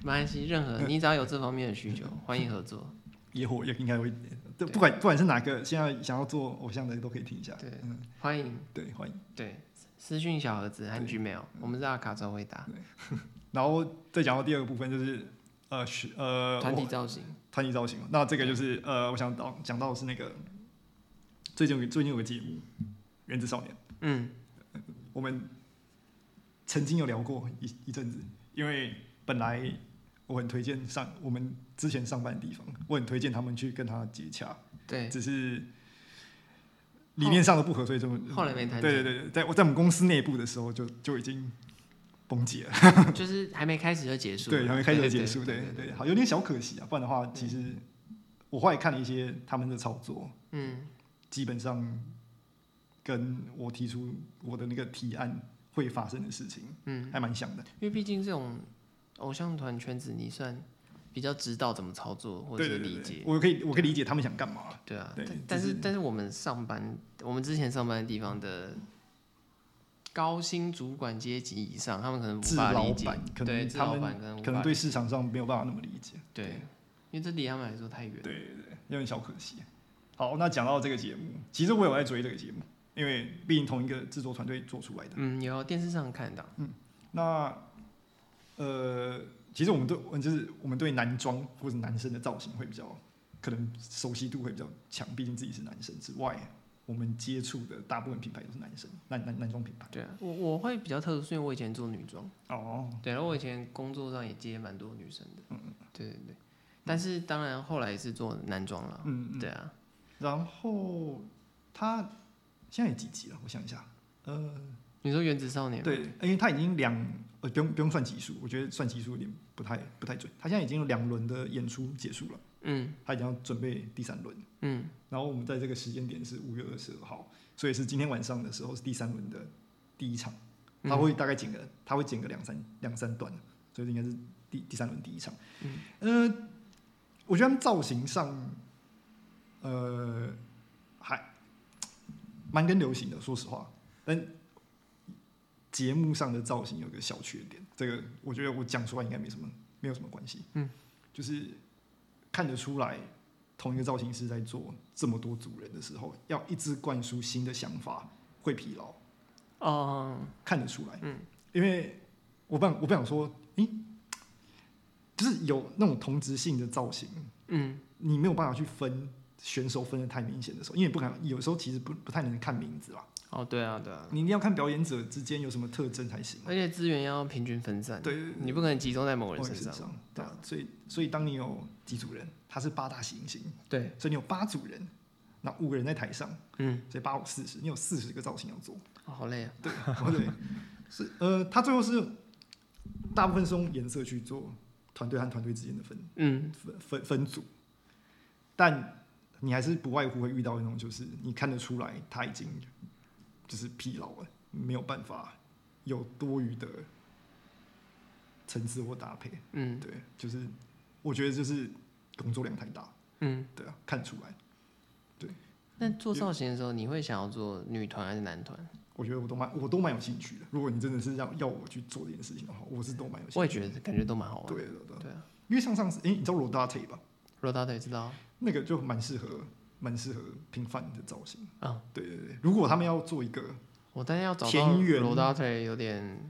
[SPEAKER 2] 没关系，任
[SPEAKER 1] 嗯
[SPEAKER 2] 何你只要有这方面的需求，欢迎合作。
[SPEAKER 1] 野火也应该会，对，
[SPEAKER 2] 对
[SPEAKER 1] 不管不管是哪个，现在想要做偶像的都可以听一下。
[SPEAKER 2] 对
[SPEAKER 1] 嗯，
[SPEAKER 2] 欢迎
[SPEAKER 1] 对，欢迎。
[SPEAKER 2] 对私讯小盒子和
[SPEAKER 1] 对嗯
[SPEAKER 2] Gmail，我们是阿卡超回答
[SPEAKER 1] 然后再讲到第二个部分就是呃是呃
[SPEAKER 2] 团体
[SPEAKER 1] 我
[SPEAKER 2] 造型，
[SPEAKER 1] 团体造型嘛。那这个就是呃，我想到讲到的是那个最近有个最近有个节目《原子少年》，
[SPEAKER 2] 嗯，
[SPEAKER 1] 我们曾经有聊过一一阵子，因为本来我很推荐上我们之前上班的地方，我很推荐他们去跟他接洽，
[SPEAKER 2] 对，
[SPEAKER 1] 只是理念上的不合，所以就
[SPEAKER 2] 后来没谈成
[SPEAKER 1] 对对对对，在我在我们公司内部的时候就就已经崩解了，
[SPEAKER 2] 就是还没开始就结束了，
[SPEAKER 1] 对，还没开始就结束，
[SPEAKER 2] 对嗯
[SPEAKER 1] 对对，好，有点小可惜啊，不然的话，其实我后来看了一些他们的操作，
[SPEAKER 2] 嗯，
[SPEAKER 1] 基本上跟我提出我的那个提案会发生的事情，嗯，还蛮像的，
[SPEAKER 2] 因为毕竟这种偶像团圈子，你算比较知道怎么操作或
[SPEAKER 1] 对
[SPEAKER 2] 者
[SPEAKER 1] 对
[SPEAKER 2] 是
[SPEAKER 1] 对
[SPEAKER 2] 理
[SPEAKER 1] 对
[SPEAKER 2] 解，，
[SPEAKER 1] 我可以我可以理解他们想干嘛，
[SPEAKER 2] 对啊，
[SPEAKER 1] 对
[SPEAKER 2] 但但
[SPEAKER 1] 就是
[SPEAKER 2] 但是我们上班，我们之前上班的地方的高薪主管阶级以上，他们可能无
[SPEAKER 1] 自
[SPEAKER 2] 法
[SPEAKER 1] 老
[SPEAKER 2] 理解
[SPEAKER 1] 板，可
[SPEAKER 2] 对，
[SPEAKER 1] 能
[SPEAKER 2] 自
[SPEAKER 1] 他
[SPEAKER 2] 老
[SPEAKER 1] 们
[SPEAKER 2] 板可能无
[SPEAKER 1] 可能
[SPEAKER 2] 法
[SPEAKER 1] 对市场上没有办法那么理解，
[SPEAKER 2] 对，因为这离他们来说太远
[SPEAKER 1] 对。对对，有点小可惜。好，那讲到这个节目，其实我有在追这个节目，因为毕竟同一个制作团队做出来的。
[SPEAKER 2] 嗯，有电视上看到，
[SPEAKER 1] 那呃，其实我们对，我们就是我们对男装或者男生的造型会比较，可能熟悉度会比较强，毕竟自己是男生之外，我们接触的大部分品牌都是男生，男男男装品牌。
[SPEAKER 2] 对啊，我我会比较特殊，因为我以前做女装。
[SPEAKER 1] 哦，
[SPEAKER 2] 对，然后我以前工作上也接蛮多女生的，
[SPEAKER 1] 嗯
[SPEAKER 2] 对对对，但是当然后来是做男装了，
[SPEAKER 1] 嗯嗯。
[SPEAKER 2] 对啊，
[SPEAKER 1] 然后他现在有几集了？我想一下，呃，
[SPEAKER 2] 你说原子少年，，
[SPEAKER 1] 对，因为他已经两呃不用不用算集数，我觉得算集数有点不太不太准。他现在已经有两轮的演出结束了，
[SPEAKER 2] 嗯
[SPEAKER 1] 他已经要准备第三轮。
[SPEAKER 2] 嗯，
[SPEAKER 1] 然后我们在这个时间点是五月二十二号，所以是今天晚上的时候是第三轮的第一场，他会大概剪个他会剪个两三两三段，所以应该是第第三轮第一场。嗯、呃，我觉得他们造型上，呃，还蛮跟流行的，说实话，但。节目上的造型有个小缺点，这个我觉得我讲出来应该没什么，没有什么关系。嗯，就是看得出来，同一个造型师在做这么多组人的时候，要一直灌输新的想法，会疲劳，
[SPEAKER 2] 哦，
[SPEAKER 1] 看得出来。嗯，因为我不想，我不想说，诶、就是有那种同质性的造型，
[SPEAKER 2] 嗯，
[SPEAKER 1] 你没有办法去分选手分的太明显的时候，因为你不可能，有时候其实不不太能看名字啦，
[SPEAKER 2] 哦，对啊对啊，
[SPEAKER 1] 你一定要看表演者之间有什么特征才行。
[SPEAKER 2] 而且资源要平均分散，
[SPEAKER 1] 对，对对
[SPEAKER 2] 你不可能集中在某
[SPEAKER 1] 某
[SPEAKER 2] 人身
[SPEAKER 1] 人
[SPEAKER 2] 上，
[SPEAKER 1] 上，对啊，所以所以当你有几组人，他是八大行星，
[SPEAKER 2] 对，
[SPEAKER 1] 所以你有八组人，那五个人在台上，
[SPEAKER 2] 嗯，
[SPEAKER 1] 所以八五四十，你有四十个造型要做，
[SPEAKER 2] 哦好累啊，
[SPEAKER 1] 对，哦对，是呃，他最后是大部分是用颜色去做团队和团队之间的分
[SPEAKER 2] 嗯，
[SPEAKER 1] 分分分组，但你还是不外乎会遇到那种，就是你看得出来他已经就是疲劳了，没有办法有多余的层次或搭配，
[SPEAKER 2] 嗯
[SPEAKER 1] 对，就是我觉得就是工作量太大，
[SPEAKER 2] 嗯，
[SPEAKER 1] 对啊，看得出来，
[SPEAKER 2] 那做造型的时候，你会想要做女团还是男团？
[SPEAKER 1] 我觉得我都蛮我都蛮有兴趣的。如果你真的是要要我去做这件事情的话，我是都蛮有兴趣的。
[SPEAKER 2] 我也觉得感觉都蛮好玩，
[SPEAKER 1] 对的，对的
[SPEAKER 2] 对啊，
[SPEAKER 1] 因为像上次，哎、你知道罗大腿吧？
[SPEAKER 2] 罗大腿知道，啊
[SPEAKER 1] 那个就蛮适合，蛮适合平凡的造型。
[SPEAKER 2] 嗯，
[SPEAKER 1] 对对对，如果他们要做一个
[SPEAKER 2] 我但是要找到
[SPEAKER 1] 田园
[SPEAKER 2] 罗大腿有点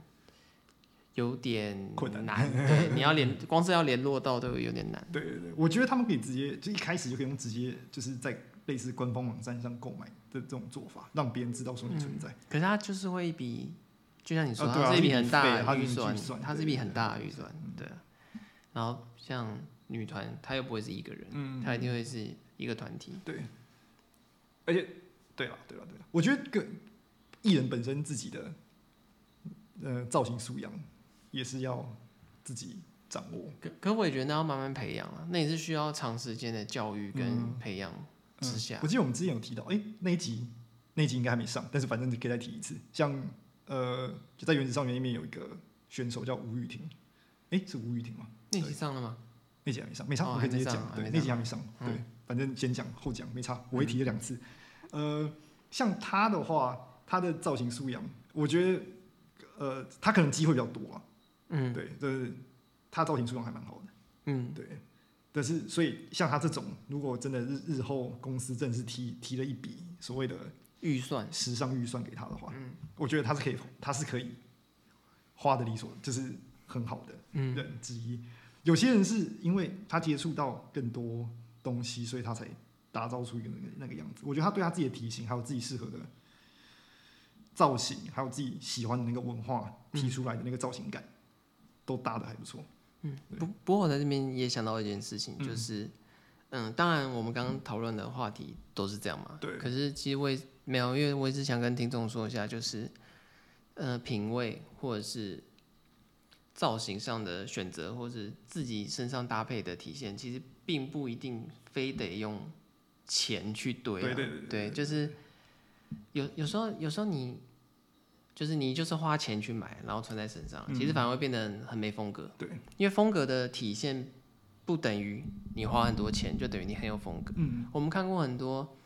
[SPEAKER 2] 有点
[SPEAKER 1] 困难
[SPEAKER 2] 难，对，你要联 光是要联络到都有点难。
[SPEAKER 1] 对对对，我觉得他们可以直接就一开始就可以用直接就是在类似官方网站上购买的这种做法，让别人知道说你存在。
[SPEAKER 2] 可是它就是会一笔，就像你说，
[SPEAKER 1] 啊对啊
[SPEAKER 2] 它是一笔很大
[SPEAKER 1] 它
[SPEAKER 2] 的
[SPEAKER 1] 是一笔
[SPEAKER 2] 预
[SPEAKER 1] 费它是一
[SPEAKER 2] 算
[SPEAKER 1] 笔预，算
[SPEAKER 2] 它是
[SPEAKER 1] 对
[SPEAKER 2] 一笔很大的预算，对啊。然后像女团，她又不会是一个人，
[SPEAKER 1] 嗯
[SPEAKER 2] 她一定会是一个团体，
[SPEAKER 1] 对，而且对了对了对了，我觉得个艺人本身自己的呃造型素养也是要自己掌握。
[SPEAKER 2] 可可我也觉得那要慢慢培养啊，那也是需要长时间的教育跟培养之下
[SPEAKER 1] 我，记得我们之前有提到，哎、那一集那一集应该还没上，但是反正你可以再提一次。像呃，就在《原子少年》里面有一个选手叫吴玉婷，哎、是吴玉婷吗？
[SPEAKER 2] 那集上了吗？
[SPEAKER 1] 那集还没上，没上，
[SPEAKER 2] 哦
[SPEAKER 1] 我可以直接
[SPEAKER 2] 还没上
[SPEAKER 1] 讲。对，
[SPEAKER 2] 还没上
[SPEAKER 1] 那集还没上，
[SPEAKER 2] 嗯
[SPEAKER 1] 对，反正先讲后讲没差，我会提了两次。
[SPEAKER 2] 嗯
[SPEAKER 1] 呃，像他的话，他的造型素养，我觉得，呃，他可能机会比较多啊。
[SPEAKER 2] 嗯
[SPEAKER 1] 对，就是他造型素养还蛮好的。
[SPEAKER 2] 嗯，
[SPEAKER 1] 对，但是所以像他这种，如果真的日日后公司正式提提了一笔所谓的
[SPEAKER 2] 预算
[SPEAKER 1] 时尚预算给他的话，
[SPEAKER 2] 嗯
[SPEAKER 1] 我觉得他是可以，他是可以花的理所，就是很好的
[SPEAKER 2] 嗯
[SPEAKER 1] 人之一。有些人是因为他接触到更多东西，所以他才打造出一个那个那个样子。我觉得他对他自己的体型，还有自己适合的造型，还有自己喜欢的那个文化提出来的那个造型感，都搭的还不错。
[SPEAKER 2] 不不过我在这边也想到一件事情，就是、嗯，当然我们刚刚讨论的话题都是这样嘛。
[SPEAKER 1] 对
[SPEAKER 2] 可是其实我也没有，因为我也是想跟听众说一下，就是呃，品味或者是造型上的选择，或是自己身上搭配的体现，其实并不一定非得用钱去堆、啊。
[SPEAKER 1] 对对对对对
[SPEAKER 2] 就是有有时候有时候你。就是你就是花钱去买，然后穿在身上，其实反而会变得很很没风格。
[SPEAKER 1] 嗯对，
[SPEAKER 2] 因为风格的体现不等于你花很多钱，就等于你很有风格。
[SPEAKER 1] 嗯，
[SPEAKER 2] 我们看过很多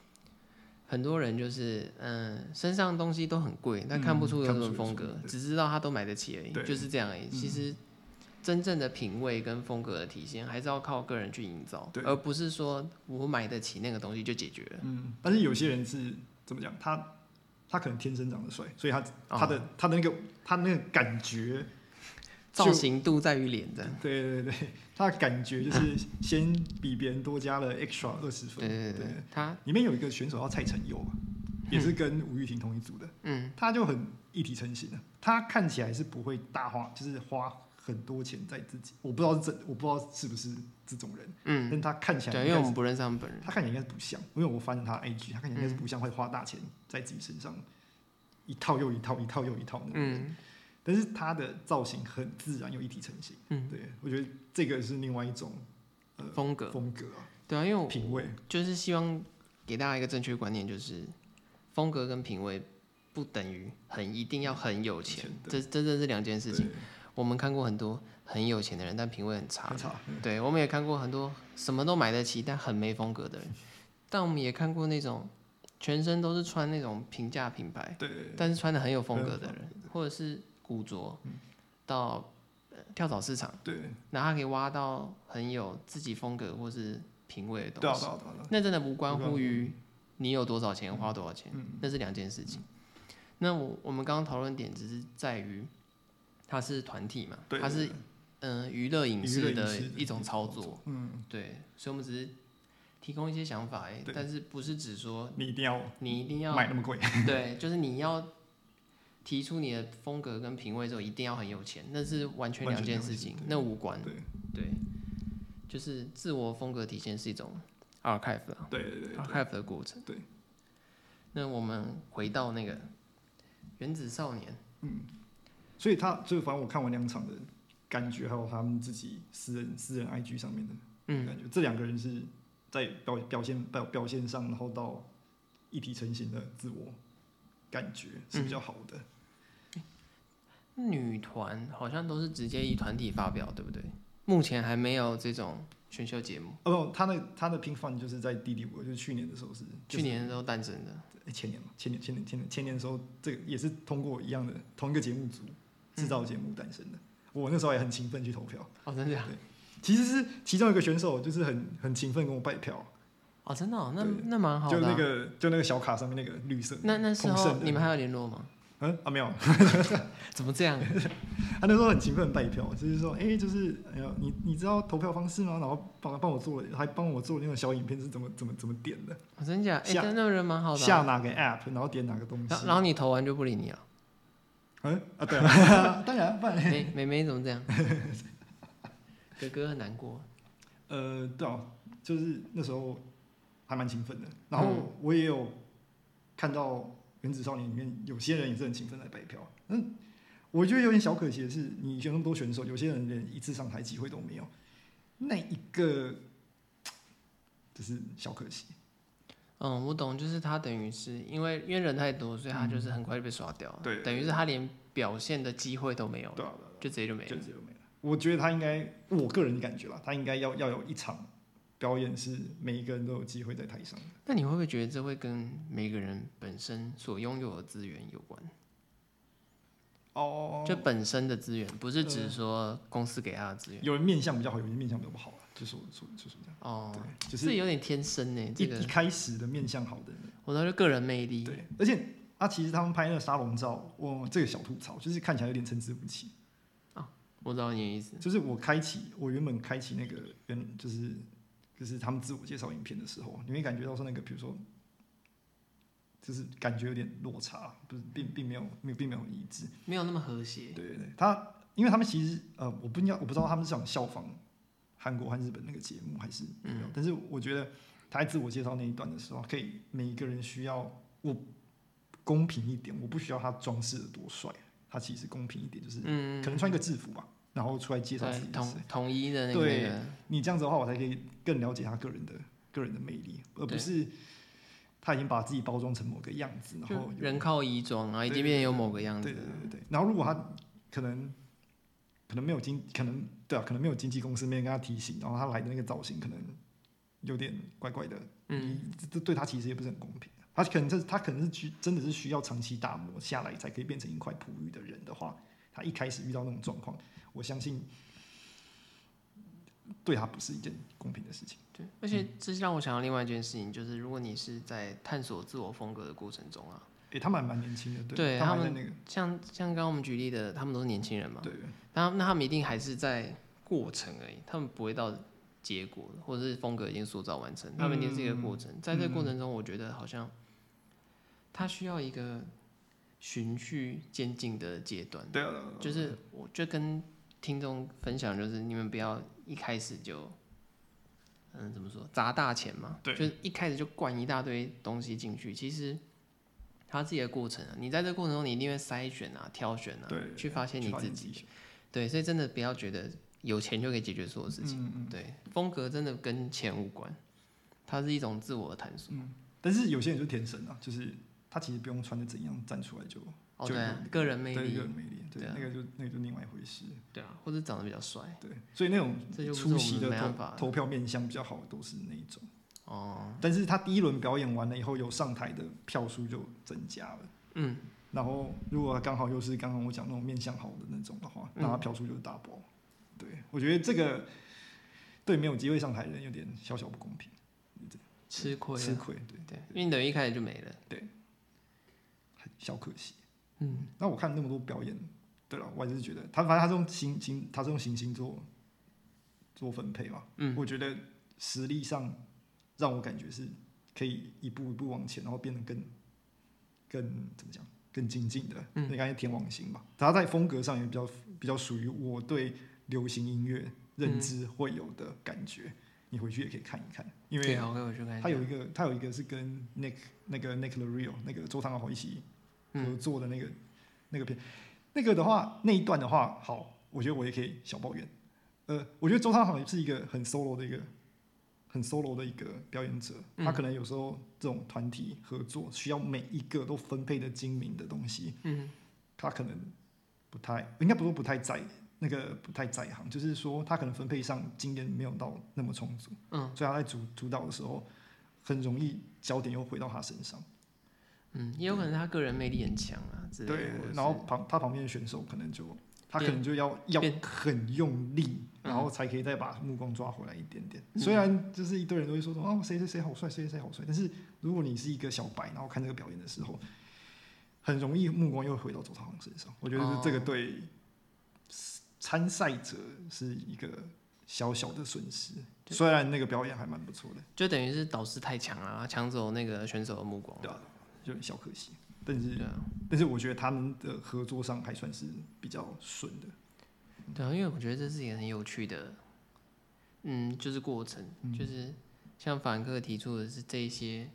[SPEAKER 2] 很多人，就是嗯、身上东西都很贵，
[SPEAKER 1] 嗯
[SPEAKER 2] 但看不出有
[SPEAKER 1] 看
[SPEAKER 2] 什
[SPEAKER 1] 不出
[SPEAKER 2] 么
[SPEAKER 1] 有
[SPEAKER 2] 风
[SPEAKER 1] 什么
[SPEAKER 2] 格，
[SPEAKER 1] 对
[SPEAKER 2] 只知道他都买得起而已，
[SPEAKER 1] 对嗯
[SPEAKER 2] 就是这样而已。其实真正的品味跟风格的体现，还是要靠个人去营造
[SPEAKER 1] 对，
[SPEAKER 2] 而不是说我买得起那个东西就解决了。
[SPEAKER 1] 嗯，但是有些人是怎么讲？他他可能天生长得帅，所以他
[SPEAKER 2] 哦
[SPEAKER 1] 他的、他的那个他那个感觉，就
[SPEAKER 2] 造型度在于脸的，
[SPEAKER 1] 对对对，他的感觉 就是先比别人多加了 extra 二十
[SPEAKER 2] 对嗯
[SPEAKER 1] 分。
[SPEAKER 2] 对对
[SPEAKER 1] 对，
[SPEAKER 2] 他
[SPEAKER 1] 里面有一个选手叫蔡成佑嘛，也是跟吴玉婷同一组的，
[SPEAKER 2] 嗯，
[SPEAKER 1] 他就很一体成型的，他看起来是不会大花，就是花很多钱在自己，我不知道是真，我不知道是不是这种人，
[SPEAKER 2] 嗯，
[SPEAKER 1] 但他看起来
[SPEAKER 2] 对，
[SPEAKER 1] 应
[SPEAKER 2] 因为
[SPEAKER 1] 该
[SPEAKER 2] 我
[SPEAKER 1] 是
[SPEAKER 2] 们不认识他们本人，
[SPEAKER 1] 他看起来应该是不像，因为我翻他 IG，他看起来应该是不像会花大钱在自己身上一套又一套、一套又一套那种人。
[SPEAKER 2] 嗯
[SPEAKER 1] 但是他的造型很自然又一体成型，
[SPEAKER 2] 嗯，
[SPEAKER 1] 对我觉得这个是另外一种呃
[SPEAKER 2] 风格，
[SPEAKER 1] 风格啊、
[SPEAKER 2] 对啊，因为我
[SPEAKER 1] 品味。
[SPEAKER 2] 就是希望给大家一个正确观念，就是风格跟品味不等于很一定要很有钱
[SPEAKER 1] 有钱，
[SPEAKER 2] 这真正是两件事情。
[SPEAKER 1] 对
[SPEAKER 2] 我们看过很多很有钱的人，但品味很差
[SPEAKER 1] 很。差，
[SPEAKER 2] 对，我们也看过很多什么都买得起，但很没风格的人。但我们也看过那种全身都是穿那种平价品牌，
[SPEAKER 1] 对对嗯
[SPEAKER 2] 但是穿的很有风
[SPEAKER 1] 很有
[SPEAKER 2] 格的
[SPEAKER 1] 风
[SPEAKER 2] 人，或者是古着
[SPEAKER 1] 嗯
[SPEAKER 2] 到呃跳蚤市场，
[SPEAKER 1] 对对
[SPEAKER 2] 然后他可以挖到很有自己风格或是品味的东西。
[SPEAKER 1] 对啊对啊对啊对啊，
[SPEAKER 2] 那真的无关
[SPEAKER 1] 无关
[SPEAKER 2] 乎
[SPEAKER 1] 乎
[SPEAKER 2] 于你有多少钱，花多少钱，
[SPEAKER 1] 嗯
[SPEAKER 2] 那是两件事情。那我我们刚刚讨论点只是在于，它是团体嘛，
[SPEAKER 1] 对
[SPEAKER 2] 它是嗯娱乐影
[SPEAKER 1] 娱乐
[SPEAKER 2] 视
[SPEAKER 1] 影
[SPEAKER 2] 的
[SPEAKER 1] 视的
[SPEAKER 2] 一种操
[SPEAKER 1] 操
[SPEAKER 2] 作，
[SPEAKER 1] 嗯，
[SPEAKER 2] 对，所以我们只是提供一些想法而已，
[SPEAKER 1] 对
[SPEAKER 2] 但是不是只说
[SPEAKER 1] 你一定要
[SPEAKER 2] 你一定要
[SPEAKER 1] 买那么贵，
[SPEAKER 2] 对，就是你要提出你的风格跟品味之后，一定要很有钱，那是完全
[SPEAKER 1] 完
[SPEAKER 2] 两
[SPEAKER 1] 全
[SPEAKER 2] 件
[SPEAKER 1] 两
[SPEAKER 2] 事
[SPEAKER 1] 件
[SPEAKER 2] 情
[SPEAKER 1] 对，
[SPEAKER 2] 那无关，
[SPEAKER 1] 对
[SPEAKER 2] 对，就是自我风格体现是一种 archive 啦。
[SPEAKER 1] 对对对
[SPEAKER 2] archive 的过程。
[SPEAKER 1] 对，
[SPEAKER 2] 那我们回到那个原子少年，
[SPEAKER 1] 所以他就反正我看完两场的感觉，还有他们自己私人私人 IG 上面的
[SPEAKER 2] 嗯，
[SPEAKER 1] 感觉，这两个人是在表表现表表现上，然后到一体成型的自我感觉是比
[SPEAKER 2] 嗯
[SPEAKER 1] 较好的。
[SPEAKER 2] 女团好像都是直接以团体发表，对不对？目前还没有这种选秀节目，
[SPEAKER 1] 哦不，他的他的 Pink Fun 就是在弟弟我，就是去年的时候是，就是
[SPEAKER 2] 去年的时候诞生的。
[SPEAKER 1] 诶前年嘛，前年前年前年前年的时候，这个也是通过一样的同一个节目组制
[SPEAKER 2] 嗯
[SPEAKER 1] 造节目诞生的。我那时候也很勤奋去投票，
[SPEAKER 2] 哦，真的啊、
[SPEAKER 1] 其实是其中一个选手就是很很勤奋跟我拜票，
[SPEAKER 2] 哦，真的、哦，那
[SPEAKER 1] 对
[SPEAKER 2] 那蛮好的
[SPEAKER 1] 就
[SPEAKER 2] 啊、
[SPEAKER 1] 那个就那个小卡上面那个绿色的，
[SPEAKER 2] 那那时
[SPEAKER 1] 同
[SPEAKER 2] 候
[SPEAKER 1] 胜的
[SPEAKER 2] 你们还有联络吗？
[SPEAKER 1] 嗯啊没有，
[SPEAKER 2] 怎么这样？
[SPEAKER 1] 他那时候很勤奋拜票，就是说，哎、就是，哎呀，你你知道投票方式吗？然后帮帮我做了，还帮我做那种小影片是怎么怎么怎么点的，
[SPEAKER 2] 哦、真假？哎、
[SPEAKER 1] 下
[SPEAKER 2] 但那个人蛮好的
[SPEAKER 1] 下
[SPEAKER 2] 啊、
[SPEAKER 1] 哪个 app，然后点哪个东西
[SPEAKER 2] 然。后然后你投完就不理 你了，
[SPEAKER 1] 嗯啊，对啊， 当然，不然，
[SPEAKER 2] 妹妹妹怎么这样？ 哥哥很难过，
[SPEAKER 1] 呃，对啊，就是那时候还蛮勤奋的。然后
[SPEAKER 2] 嗯
[SPEAKER 1] 我也有看到《原子少年》里面有些人也是很勤奋来拜票，嗯，我觉得有点小可惜的是，你选那么多选手，有些人连一次上台机会都没有，那一个就是小可惜。
[SPEAKER 2] 嗯，我懂，就是他等于是因为因为人太多，所以他就是很快就被刷掉了。
[SPEAKER 1] 嗯对
[SPEAKER 2] 等于是他连表现的机会都没有了，
[SPEAKER 1] 对啊，
[SPEAKER 2] 就直接哦就没
[SPEAKER 1] 就
[SPEAKER 2] 了。
[SPEAKER 1] 只有没了。我觉得他应该，我个人的感觉啦，他应该要要有一场表演是每一个人都有机会在台上的。
[SPEAKER 2] 那你会不会觉得这会跟每个人本身所拥有的资源有关？
[SPEAKER 1] 哦
[SPEAKER 2] 就本身的资源，不是只说公司给他的资源。
[SPEAKER 1] 有人面相比较好，有人面相比较不好啦，就是我说就是这样，
[SPEAKER 2] 哦，
[SPEAKER 1] 对，就
[SPEAKER 2] 这
[SPEAKER 1] 是
[SPEAKER 2] 有点天生呢。这
[SPEAKER 1] 一一
[SPEAKER 2] 个嗯
[SPEAKER 1] 开始的面相好的人，
[SPEAKER 2] 我说就个人魅力。
[SPEAKER 1] 对，而且啊，其实他们拍那个沙龙照，我这个小吐槽就是看起来有点参差不齐，
[SPEAKER 2] 我知道你的意思。
[SPEAKER 1] 就是我开启我原本开启那个原就是就是他们自我介绍影片的时候，你会感觉到说那个比如说就是感觉有点落差，不是并并没有没有并没有很一致。
[SPEAKER 2] 没有那么和谐。
[SPEAKER 1] 对对对，他因为他们其实呃，我不应该我不知道他们是想效仿韩国和日本那个节目还是
[SPEAKER 2] 嗯
[SPEAKER 1] 没有，但是我觉得他在自我介绍那一段的时候，可以每一个人需要我公平一点，我不需要他装饰的多帅，他其实公平一点，就是
[SPEAKER 2] 嗯，
[SPEAKER 1] 可能穿一个制服吧，然后出来介绍自
[SPEAKER 2] 对
[SPEAKER 1] 己是谁
[SPEAKER 2] 统统一的那
[SPEAKER 1] 对
[SPEAKER 2] 个，
[SPEAKER 1] 你这样子的话，我才可以更了解他个人的个人的魅力，而不
[SPEAKER 2] 对
[SPEAKER 1] 是他已经把自己包装成某个样子，然后
[SPEAKER 2] 就
[SPEAKER 1] 有
[SPEAKER 2] 人靠衣装，然后已
[SPEAKER 1] 对
[SPEAKER 2] 经变有某个样
[SPEAKER 1] 对
[SPEAKER 2] 子
[SPEAKER 1] 对
[SPEAKER 2] 了，
[SPEAKER 1] 对对。然后如果他可能可能没有经可能对啊，可能没有经纪公司没人跟他提醒，然后他来的那个造型可能有点怪怪的，
[SPEAKER 2] 嗯，
[SPEAKER 1] 这这对他其实也不是很公平。啊他可能这他可能是需真的是需要长期打磨下来才可以变成一块璞玉的人的话，他一开始遇到那种状况，我相信对他不是一件公平的事情。
[SPEAKER 2] 对，而且这让我想到另外一件事情，就是如果你是在探索自我风格的过程中啊，
[SPEAKER 1] 诶，他们还蛮年轻的，
[SPEAKER 2] 对
[SPEAKER 1] 他
[SPEAKER 2] 他
[SPEAKER 1] 们还
[SPEAKER 2] 们
[SPEAKER 1] 在那个
[SPEAKER 2] 像像刚刚我们举例的，他们都是年轻人嘛，
[SPEAKER 1] 对
[SPEAKER 2] 那那他们一定还是在过程而已，他们不会到结果，或者是风格已经塑造完成，他们一定是一个过
[SPEAKER 1] 嗯
[SPEAKER 2] 程。在这个过程中，我觉得好像他需要一个循序渐进的阶段，
[SPEAKER 1] 对啊，对啊
[SPEAKER 2] 就是我就跟听众分享，就是你们不要一开始就。嗯，怎么说砸大钱嘛？
[SPEAKER 1] 对
[SPEAKER 2] 就是一开始就灌一大堆东西进去。其实他自己的过程、啊，你在这个过程中，你一定会筛选啊、挑选啊，
[SPEAKER 1] 对
[SPEAKER 2] 去发现你自己。
[SPEAKER 1] 己，
[SPEAKER 2] 对，所以真的不要觉得有钱就可以解决所有事情。
[SPEAKER 1] 嗯嗯。
[SPEAKER 2] 对，风格真的跟钱无关，它是一种自我的探索。
[SPEAKER 1] 但是有些人就天生啊，就是他其实不用穿的怎样站出来就
[SPEAKER 2] 哦，
[SPEAKER 1] 就
[SPEAKER 2] 对、啊
[SPEAKER 1] 有，
[SPEAKER 2] 个人魅
[SPEAKER 1] 对一
[SPEAKER 2] 力
[SPEAKER 1] 个，人魅力，对
[SPEAKER 2] 对啊
[SPEAKER 1] 那个就那个就另外一回事。
[SPEAKER 2] 对啊，或者长得比较帅。
[SPEAKER 1] 对，所以那种
[SPEAKER 2] 这就不
[SPEAKER 1] 嗯
[SPEAKER 2] 是
[SPEAKER 1] 出席
[SPEAKER 2] 我
[SPEAKER 1] 的
[SPEAKER 2] 们没办
[SPEAKER 1] 投
[SPEAKER 2] 法的
[SPEAKER 1] 投票面向比较好的都是那一种。
[SPEAKER 2] 哦，
[SPEAKER 1] 但是他第一轮表演完了以后，有上台的票数就增加了。
[SPEAKER 2] 嗯，
[SPEAKER 1] 然后如果刚好又是刚刚我讲那种面向好的那种的话，
[SPEAKER 2] 嗯
[SPEAKER 1] 那他票数就是大包。对，我觉得这个对没有机会上台的人有点小小不公平，
[SPEAKER 2] 吃亏
[SPEAKER 1] 吃
[SPEAKER 2] 啊，
[SPEAKER 1] 亏，对，
[SPEAKER 2] 对，因为你等于一开始就没了。
[SPEAKER 1] 小可惜。
[SPEAKER 2] 嗯，
[SPEAKER 1] 那我看那么多表演，对了，我还是觉得他反正他是用行行，他是用行星做做分配嘛。
[SPEAKER 2] 嗯，
[SPEAKER 1] 我觉得实力上让我感觉是可以一步一步往前，然后变得更更怎么讲，更精进的。
[SPEAKER 2] 嗯
[SPEAKER 1] 那刚才天王星嘛，他在风格上也比较比较属于我对流行音乐
[SPEAKER 2] 嗯
[SPEAKER 1] 认知会有的感觉。你回去也可以看一看，因为
[SPEAKER 2] 对啊，我跟我去看一下。
[SPEAKER 1] 他有一个，他有一个是跟 Nick 那个 Nick l a r i o 那个周汤豪一起
[SPEAKER 2] 嗯
[SPEAKER 1] 合作的那个、那个片，那个的话那一段的话，好，我觉得我也可以小抱怨。呃，我觉得周汤豪是一个很 solo 的一个很 solo 的一个表演者，
[SPEAKER 2] 嗯
[SPEAKER 1] 他可能有时候这种团体合作需要每一个都分配的精明的东西，
[SPEAKER 2] 嗯，
[SPEAKER 1] 他可能不太，应该不是说不太在那个不太在行，就是说他可能分配上经验没有到那么充足，
[SPEAKER 2] 嗯
[SPEAKER 1] 所以他在主主导的时候，很容易焦点又回到他身上。
[SPEAKER 2] 嗯，也有可能他个人魅力很强啊之类的。
[SPEAKER 1] 对
[SPEAKER 2] 或者，是
[SPEAKER 1] 然后旁他旁边的选手可能就他可
[SPEAKER 2] 变
[SPEAKER 1] 能就要要
[SPEAKER 2] 变
[SPEAKER 1] 很用力，
[SPEAKER 2] 嗯
[SPEAKER 1] 然后才可以再把目光抓回来一点点。
[SPEAKER 2] 嗯
[SPEAKER 1] 虽然就是一堆人都会说说哦谁谁谁好帅，谁谁谁好帅，但是如果你是一个小白，然后看这个表演的时候，很容易目光又回到周汤豪身上。我觉得
[SPEAKER 2] 哦
[SPEAKER 1] 这个对参赛者是一个小小的损失。
[SPEAKER 2] 对
[SPEAKER 1] 虽然那个表演还蛮不错的。
[SPEAKER 2] 就等于是导师太强了，抢走那个选手的目光。
[SPEAKER 1] 对啊，就很小可惜。但是，
[SPEAKER 2] 对啊。
[SPEAKER 1] 但是我觉得他们的合作上还算是比较顺的。
[SPEAKER 2] 对啊，因为我觉得这是一个很有趣的，嗯，就是过程，就是像法兰克提出的是这一些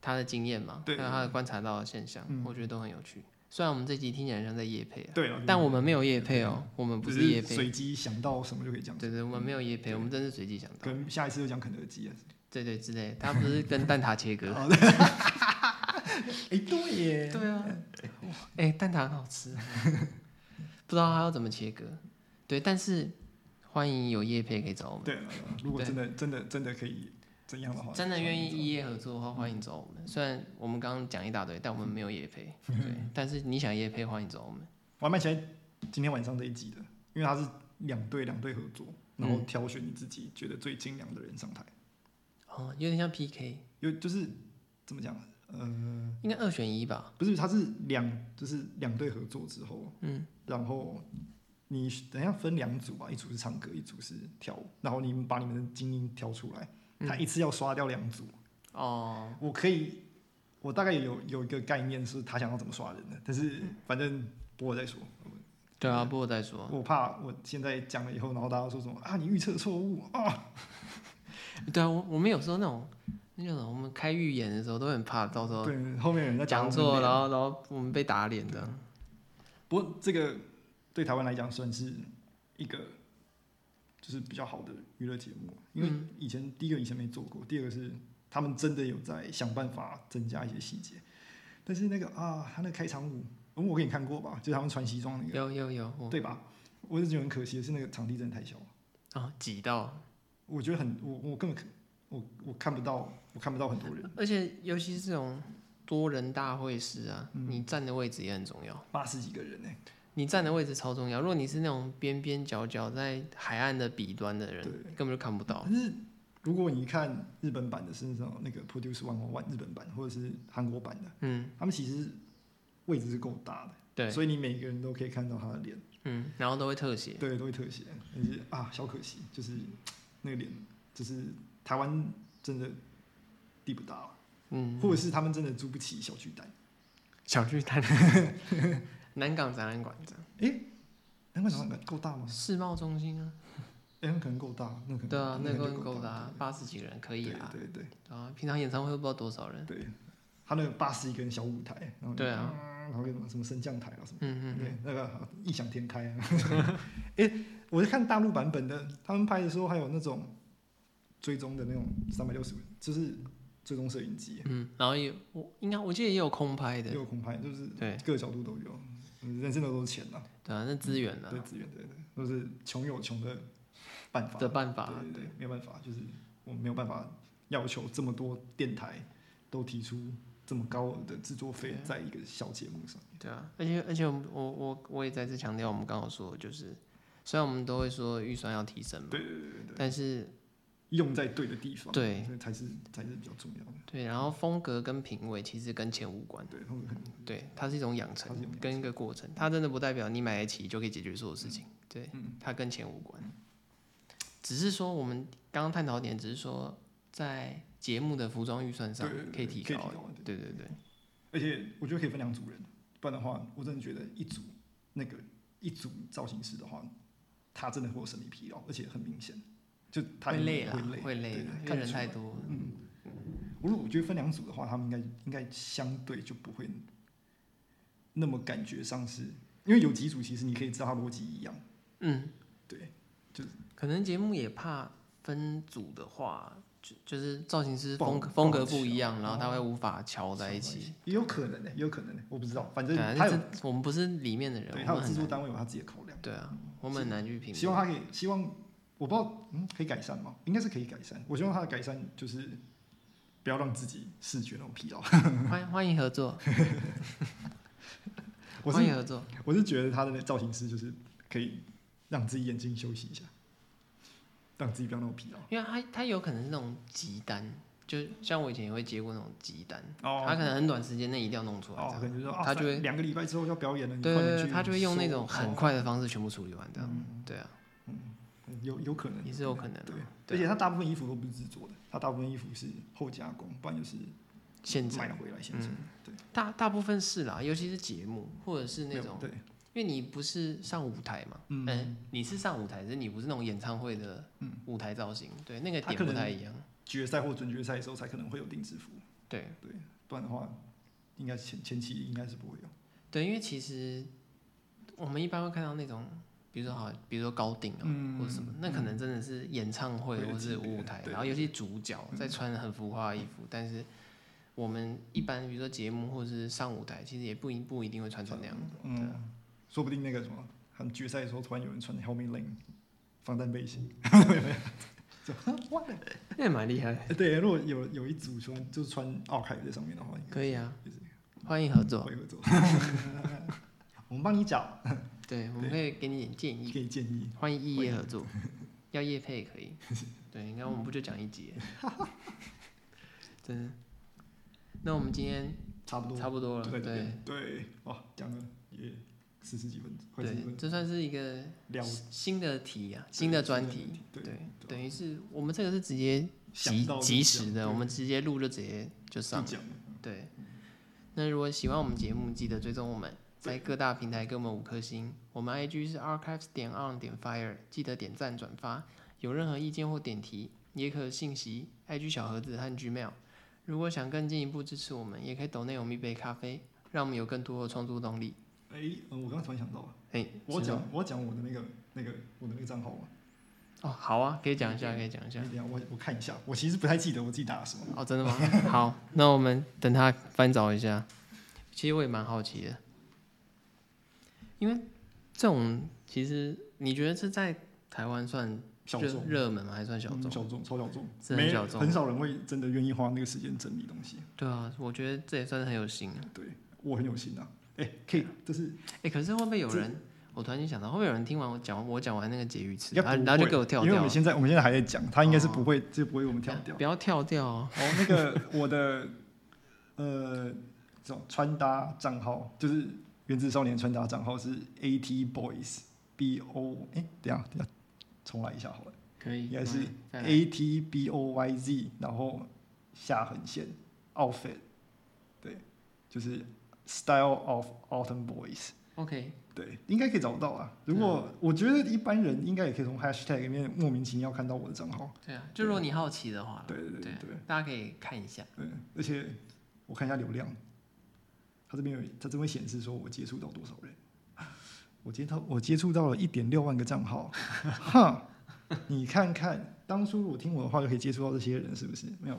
[SPEAKER 2] 他的经验嘛，
[SPEAKER 1] 对嗯
[SPEAKER 2] 还有他的观察到的现象，我觉得都很有趣。虽然我们这集听起来像在夜配啊，
[SPEAKER 1] 对啊，
[SPEAKER 2] 但我们没有夜配哦，我们不
[SPEAKER 1] 只
[SPEAKER 2] 是夜
[SPEAKER 1] 是
[SPEAKER 2] 配，
[SPEAKER 1] 随机想到什么就可以讲，
[SPEAKER 2] 对对，我们没有夜配，
[SPEAKER 1] 对
[SPEAKER 2] 我们真是随机想到，
[SPEAKER 1] 跟下一次就讲肯德基啊。
[SPEAKER 2] 对对之类，他不是跟蛋挞 切割，
[SPEAKER 1] 好哎，对耶，
[SPEAKER 2] 对啊，哎，蛋挞很好吃 啊，不知道他要怎么切割，对，但是欢迎有夜配可以找我们。
[SPEAKER 1] 对啊，如果
[SPEAKER 2] 对
[SPEAKER 1] 真的真的真的可以怎样的话，
[SPEAKER 2] 真的愿意一夜合作的话，欢迎找我们。虽然我们刚刚讲一大堆，但我们没有夜配， 对。但是你想夜配，欢迎找我们。
[SPEAKER 1] 我还蛮喜欢今天晚上这一集的，因为它是两队两队合作，然后
[SPEAKER 2] 嗯
[SPEAKER 1] 挑选你自己觉得最精良的人上台，
[SPEAKER 2] 哦，有点像 PK，
[SPEAKER 1] 有就是怎么讲，呃。
[SPEAKER 2] 应该二选一吧？
[SPEAKER 1] 不是，它是两，就是两队合作之后，
[SPEAKER 2] 嗯，
[SPEAKER 1] 然后你等一下分两组啊吧，一组是唱歌，一组是跳舞，然后你们把你们的精英挑出来，
[SPEAKER 2] 嗯
[SPEAKER 1] 他一次要刷掉两组，
[SPEAKER 2] 哦，
[SPEAKER 1] 我可以，我
[SPEAKER 2] 嗯
[SPEAKER 1] 大概有有一个概念是他想要怎么刷人的，但是反正不我再说，
[SPEAKER 2] 对啊，不过再说，
[SPEAKER 1] 我怕我现在讲了以后，然后大家说什么啊，你预测错误啊，
[SPEAKER 2] 对啊，我我们有时候那种那种我们开预演的时候都很怕，到时候
[SPEAKER 1] 对，后面有人在
[SPEAKER 2] 哦讲
[SPEAKER 1] 我
[SPEAKER 2] 错，
[SPEAKER 1] 们
[SPEAKER 2] 然
[SPEAKER 1] 的
[SPEAKER 2] 后然后我们被打脸这样。
[SPEAKER 1] 不过这个对台湾来讲算是一个就是比较好的娱乐节目，因为以前、第一个以前没做过，第二个是他们真的有在想办法增加一些细节。但是那个啊，他那开场舞，嗯我给你看过吧，就是他们穿西装那个，
[SPEAKER 2] 有有有，我
[SPEAKER 1] 对吧？我是觉得很可惜的是那个场地真的太小了，
[SPEAKER 2] 啊挤到，
[SPEAKER 1] 我觉得很我我根本看我我看不到我看不到很多人，
[SPEAKER 2] 而且尤其是这种多人大会时啊，
[SPEAKER 1] 嗯
[SPEAKER 2] 你站的位置也很重要。
[SPEAKER 1] 八十几个人呢、
[SPEAKER 2] 你站的位置超重要。如果你是那种边边角角在海岸的彼端的人
[SPEAKER 1] 对，
[SPEAKER 2] 根本就看不到。
[SPEAKER 1] 但是如果你看日本版的，甚至那种那个 Produce One One 日本版或者是韩国版的，
[SPEAKER 2] 嗯，
[SPEAKER 1] 他们其实位置是够大的，
[SPEAKER 2] 对，
[SPEAKER 1] 所以你每个人都可以看到他的脸，
[SPEAKER 2] 嗯，然后都会特写。
[SPEAKER 1] 对，都会特写。但是啊，小可惜，就是那个脸，就是台湾真的地不大了，
[SPEAKER 2] 嗯，
[SPEAKER 1] 或者是他们真的租不起小巨蛋。
[SPEAKER 2] 小巨蛋， 南港展览馆这样，
[SPEAKER 1] 那个小蛋够大吗？
[SPEAKER 2] 世贸中心啊，
[SPEAKER 1] 哎、那可能够大，那可能
[SPEAKER 2] 对啊，那
[SPEAKER 1] 个
[SPEAKER 2] 个够的啊，八十几个人可
[SPEAKER 1] 可
[SPEAKER 2] 以啊，
[SPEAKER 1] 对对
[SPEAKER 2] 对啊，平常演唱会都不知道多少人，
[SPEAKER 1] 对对，他那个八十一个人小舞台，然后嗯
[SPEAKER 2] 对啊
[SPEAKER 1] 然后有什么什么升降台啊什么。
[SPEAKER 2] 嗯嗯
[SPEAKER 1] 对，那个好异想天开啊！ 哎、我在看大陆版本的，他们拍的时候还有那种追踪的那种三百六十，就是追踪摄影机，
[SPEAKER 2] 嗯，然后也我应该我记得也有空拍
[SPEAKER 1] 也
[SPEAKER 2] 的，
[SPEAKER 1] 有空拍，就是
[SPEAKER 2] 对
[SPEAKER 1] 各个角度都有，嗯人生的都是钱呐、
[SPEAKER 2] 对啊，那资源呢
[SPEAKER 1] 对资源，对对，都是穷有穷的办法
[SPEAKER 2] 的办法，啊
[SPEAKER 1] 对对对，没有办法，就是我没有办法要求这么多电台都提出这么高额的制作费
[SPEAKER 2] 对啊
[SPEAKER 1] 在一个小节目上，
[SPEAKER 2] 对啊，而且而且我们我我我也再次强调，我们刚好说就是，虽然我们都会说预算要提升嘛，
[SPEAKER 1] 对对对对对，
[SPEAKER 2] 但是
[SPEAKER 1] 用在对的地方，
[SPEAKER 2] 嗯对
[SPEAKER 1] 这才是才是比较重要的。
[SPEAKER 2] 对，然后风格跟品味其实跟钱无关，
[SPEAKER 1] 对，他们很
[SPEAKER 2] 对，它是一种养成
[SPEAKER 1] 它是一种养
[SPEAKER 2] 跟一个过程，它真的不代表你买得起就可以解决所有事情，
[SPEAKER 1] 嗯
[SPEAKER 2] 对，它跟钱无关，只是说我们刚刚探讨的点，只是说在节目的服装预算上
[SPEAKER 1] 对对对
[SPEAKER 2] 可以提
[SPEAKER 1] 可以
[SPEAKER 2] 高
[SPEAKER 1] 提高，
[SPEAKER 2] 对对对，
[SPEAKER 1] 而且我觉得可以分两组人，不然的话，我真的觉得一组那个一组造型师的话，他真的会有审美疲劳，而且很明显，就他
[SPEAKER 2] 会累啊
[SPEAKER 1] 会累，，
[SPEAKER 2] 会累
[SPEAKER 1] 对
[SPEAKER 2] 啊，因为
[SPEAKER 1] 看得
[SPEAKER 2] 人
[SPEAKER 1] 出来
[SPEAKER 2] 太多了，
[SPEAKER 1] 我如果我觉得分两组的话，他们应该应该相对就不会那么感觉上是，因为有几组其实你可以知道他逻辑一样，
[SPEAKER 2] 嗯。
[SPEAKER 1] 对，
[SPEAKER 2] 可能节目也怕分组的话，就就是造型师
[SPEAKER 1] 不好
[SPEAKER 2] 风格
[SPEAKER 1] 不好
[SPEAKER 2] 风格不一样，
[SPEAKER 1] 瞧
[SPEAKER 2] 然后他会无法瞧在一起。，
[SPEAKER 1] 也有可能的、欸也有可能的、我不知道，反正
[SPEAKER 2] 对啊，
[SPEAKER 1] 哦他
[SPEAKER 2] 但
[SPEAKER 1] 有
[SPEAKER 2] 是我们不是里面的人，
[SPEAKER 1] 对
[SPEAKER 2] 我
[SPEAKER 1] 他
[SPEAKER 2] 们
[SPEAKER 1] 有制
[SPEAKER 2] 很
[SPEAKER 1] 作
[SPEAKER 2] 难。
[SPEAKER 1] 单位有他自己的考量，
[SPEAKER 2] 对啊，我们很难去评
[SPEAKER 1] 希望
[SPEAKER 2] 论。
[SPEAKER 1] 他可以，希望我不知道，嗯，可以改善吗？应该是可以改善。我希望他的改善就是不要让自己视觉那种疲劳。
[SPEAKER 2] 欢迎欢迎合作，
[SPEAKER 1] 我
[SPEAKER 2] 欢
[SPEAKER 1] 是
[SPEAKER 2] 迎合作。
[SPEAKER 1] 我是觉得他的造型师就是可以让自己眼睛休息一下，让自己不要那么疲劳。
[SPEAKER 2] 因为他他有可能是那种急单，就像我以前也会接过那种急单，
[SPEAKER 1] 哦
[SPEAKER 2] 他可能很短时间内一定要弄出来
[SPEAKER 1] 哦，可
[SPEAKER 2] 这
[SPEAKER 1] 能
[SPEAKER 2] 样。
[SPEAKER 1] 就是说啊，
[SPEAKER 2] 他就会
[SPEAKER 1] 两个礼拜之后要表演了，你
[SPEAKER 2] 对
[SPEAKER 1] 快点
[SPEAKER 2] 对
[SPEAKER 1] 去
[SPEAKER 2] 对，
[SPEAKER 1] 说。
[SPEAKER 2] 他就会用那种很
[SPEAKER 1] 哦
[SPEAKER 2] 快的方式全部处理完这样。对啊，
[SPEAKER 1] 嗯有有可能
[SPEAKER 2] 也是有可能
[SPEAKER 1] 对
[SPEAKER 2] 的。，
[SPEAKER 1] 而
[SPEAKER 2] 对
[SPEAKER 1] 且
[SPEAKER 2] 啊，
[SPEAKER 1] 他大部分衣服都不是制作的，他大部分衣服是后加工，不然就是
[SPEAKER 2] 现场
[SPEAKER 1] 买回来现成。对，
[SPEAKER 2] 大大部分是啦，尤其是节目或者是
[SPEAKER 1] 没
[SPEAKER 2] 那
[SPEAKER 1] 有
[SPEAKER 2] 种
[SPEAKER 1] 对，
[SPEAKER 2] 因为你不是上舞台嘛，嗯、
[SPEAKER 1] 嗯
[SPEAKER 2] 你是上舞台，只是你不是那种演唱会的舞台造型，对，那个
[SPEAKER 1] 他
[SPEAKER 2] 点
[SPEAKER 1] 可
[SPEAKER 2] 不
[SPEAKER 1] 能
[SPEAKER 2] 太一样，
[SPEAKER 1] 决赛或准决赛的时候才可能会有定制服。
[SPEAKER 2] 对
[SPEAKER 1] 对，不然的话，应该前前期应该是不会有。
[SPEAKER 2] 对，因为其实我们一般会看到那种，比如说好，比如说高定啊，
[SPEAKER 1] 嗯
[SPEAKER 2] 或者什么，那可能真的是演唱会
[SPEAKER 1] 会有
[SPEAKER 2] 或是
[SPEAKER 1] 级别
[SPEAKER 2] 舞台，
[SPEAKER 1] 对嗯
[SPEAKER 2] 然后尤其主角在穿很浮夸的衣服，但是我们一般比如说节目或者是上舞台，其实也不一不一定会穿成那样，对啊
[SPEAKER 1] 嗯，说不定那个什么，他们决赛的时候突然有人穿 helmet lane 防弹背心，
[SPEAKER 2] 那也蛮厉害，
[SPEAKER 1] 哎对，如果有有一组穿就是穿奥凯在上面的话，
[SPEAKER 2] 可以啊
[SPEAKER 1] 就是，
[SPEAKER 2] 欢迎合作，
[SPEAKER 1] 会合作。 我们帮你找，
[SPEAKER 2] 对，我们可以给你点建议。
[SPEAKER 1] 可以建议。
[SPEAKER 2] 欢迎异业合作， 要业配也可以。对，你看我们不就讲一节， 真的。那我们今天
[SPEAKER 1] 差不多，
[SPEAKER 2] 差不多了，
[SPEAKER 1] 就在这
[SPEAKER 2] 对
[SPEAKER 1] 边。对，哇，讲了也四十几分钟，快四十
[SPEAKER 2] 对，
[SPEAKER 1] 分钟，
[SPEAKER 2] 这算是一个
[SPEAKER 1] 聊
[SPEAKER 2] 新的题啊，新的专题。
[SPEAKER 1] 对
[SPEAKER 2] 对，啊
[SPEAKER 1] 对
[SPEAKER 2] 等于是我们这个是直接及
[SPEAKER 1] 想到就
[SPEAKER 2] 及时
[SPEAKER 1] 讲
[SPEAKER 2] 的，我
[SPEAKER 1] 对
[SPEAKER 2] 们直接录就直接就上
[SPEAKER 1] 就
[SPEAKER 2] 了。
[SPEAKER 1] 讲了，
[SPEAKER 2] 对，那如果喜欢我们节目，记得追踪我们在各大平台给我们五颗星。我们 IG 是 archives 点 on 点 fire，记得点赞转发。有任何意见或点题，也可信息 IG 小盒子和 Gmail。如果想更进一步支持我们，也可以抖内我们一杯咖啡，让我们有更多的创作动力。
[SPEAKER 1] 哎、呃我刚刚突然想到了，
[SPEAKER 2] 哎，
[SPEAKER 1] 我
[SPEAKER 2] 是吗
[SPEAKER 1] 讲我讲我的那个那个我的那个账号嘛，
[SPEAKER 2] 哦，好啊，可以讲一下，可以讲一
[SPEAKER 1] 你
[SPEAKER 2] 下。
[SPEAKER 1] 等一下我我看一下，我其实不太记得我自己打了什么。
[SPEAKER 2] 哦，真的吗？ 好，那我们等他翻找一下。其实我也蛮好奇的，因为这种其实你觉得是在台湾算
[SPEAKER 1] 小
[SPEAKER 2] 热
[SPEAKER 1] 众，
[SPEAKER 2] 热门吗？还算小众
[SPEAKER 1] 嗯？小众，超小众，
[SPEAKER 2] 真的
[SPEAKER 1] 没
[SPEAKER 2] 小众
[SPEAKER 1] 很少人会真的愿意花那个时间整理东西。
[SPEAKER 2] 对啊，我觉得这也算是很有心啊。
[SPEAKER 1] 对我很有心啊，哎、可以，这是
[SPEAKER 2] 哎、可是会不会有人？我突然间想到，会不会有人听完我讲我讲完那个结语词，
[SPEAKER 1] 应该
[SPEAKER 2] 然
[SPEAKER 1] 不会
[SPEAKER 2] 后啊然后就给我跳
[SPEAKER 1] 因为我
[SPEAKER 2] 掉啊哦
[SPEAKER 1] 们？现在我们现在还在讲，他应该是不会，就不会我们跳 掉。
[SPEAKER 2] 不要跳掉哦！
[SPEAKER 1] 哦，那个我的呃，这种穿搭账号就是原子少年穿搭账号是 AT Boys B O，哎、等一下等一下，重来一下好了
[SPEAKER 2] 可以
[SPEAKER 1] 应该是
[SPEAKER 2] 嗯再来
[SPEAKER 1] ，AT B O Y Z，然后下横线 Outfit，对，就是 Style of Autumn Boys。
[SPEAKER 2] OK。
[SPEAKER 1] 对，应该可以找得到啊。如果、我觉得一般人应该也可以从 hashtag 里面莫名其妙看到我的账号。
[SPEAKER 2] 对啊，就如果你好奇的话，
[SPEAKER 1] 对对对对
[SPEAKER 2] 对，大家可以看一下。
[SPEAKER 1] 对，而且我看一下流量，它这边有，它这边会显示说我接触到多少人。我接到我接触到了一点六万个账号，哈，你看看，当初我听我的话就可以接触到这些人，是不是？没有。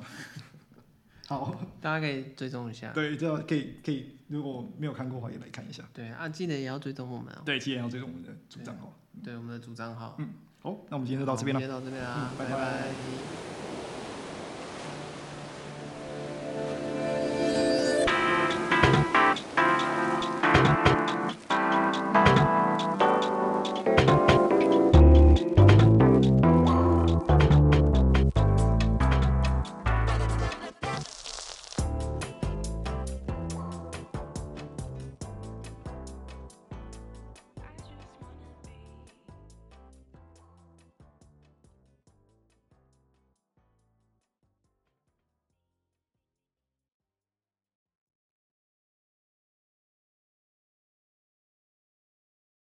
[SPEAKER 1] 好，
[SPEAKER 2] 大家可以追踪一下。
[SPEAKER 1] 对，这样可以可以，如果没有看过的话也来看一下。
[SPEAKER 2] 对啊，记得也要追踪我们哦。
[SPEAKER 1] 对，记得要追踪我们的主账号。
[SPEAKER 2] 对，我们的主账号。
[SPEAKER 1] 嗯好，那我们今天就到这边了。
[SPEAKER 2] 今天到这边啦
[SPEAKER 1] 嗯，拜
[SPEAKER 2] 拜
[SPEAKER 1] 拜
[SPEAKER 2] 拜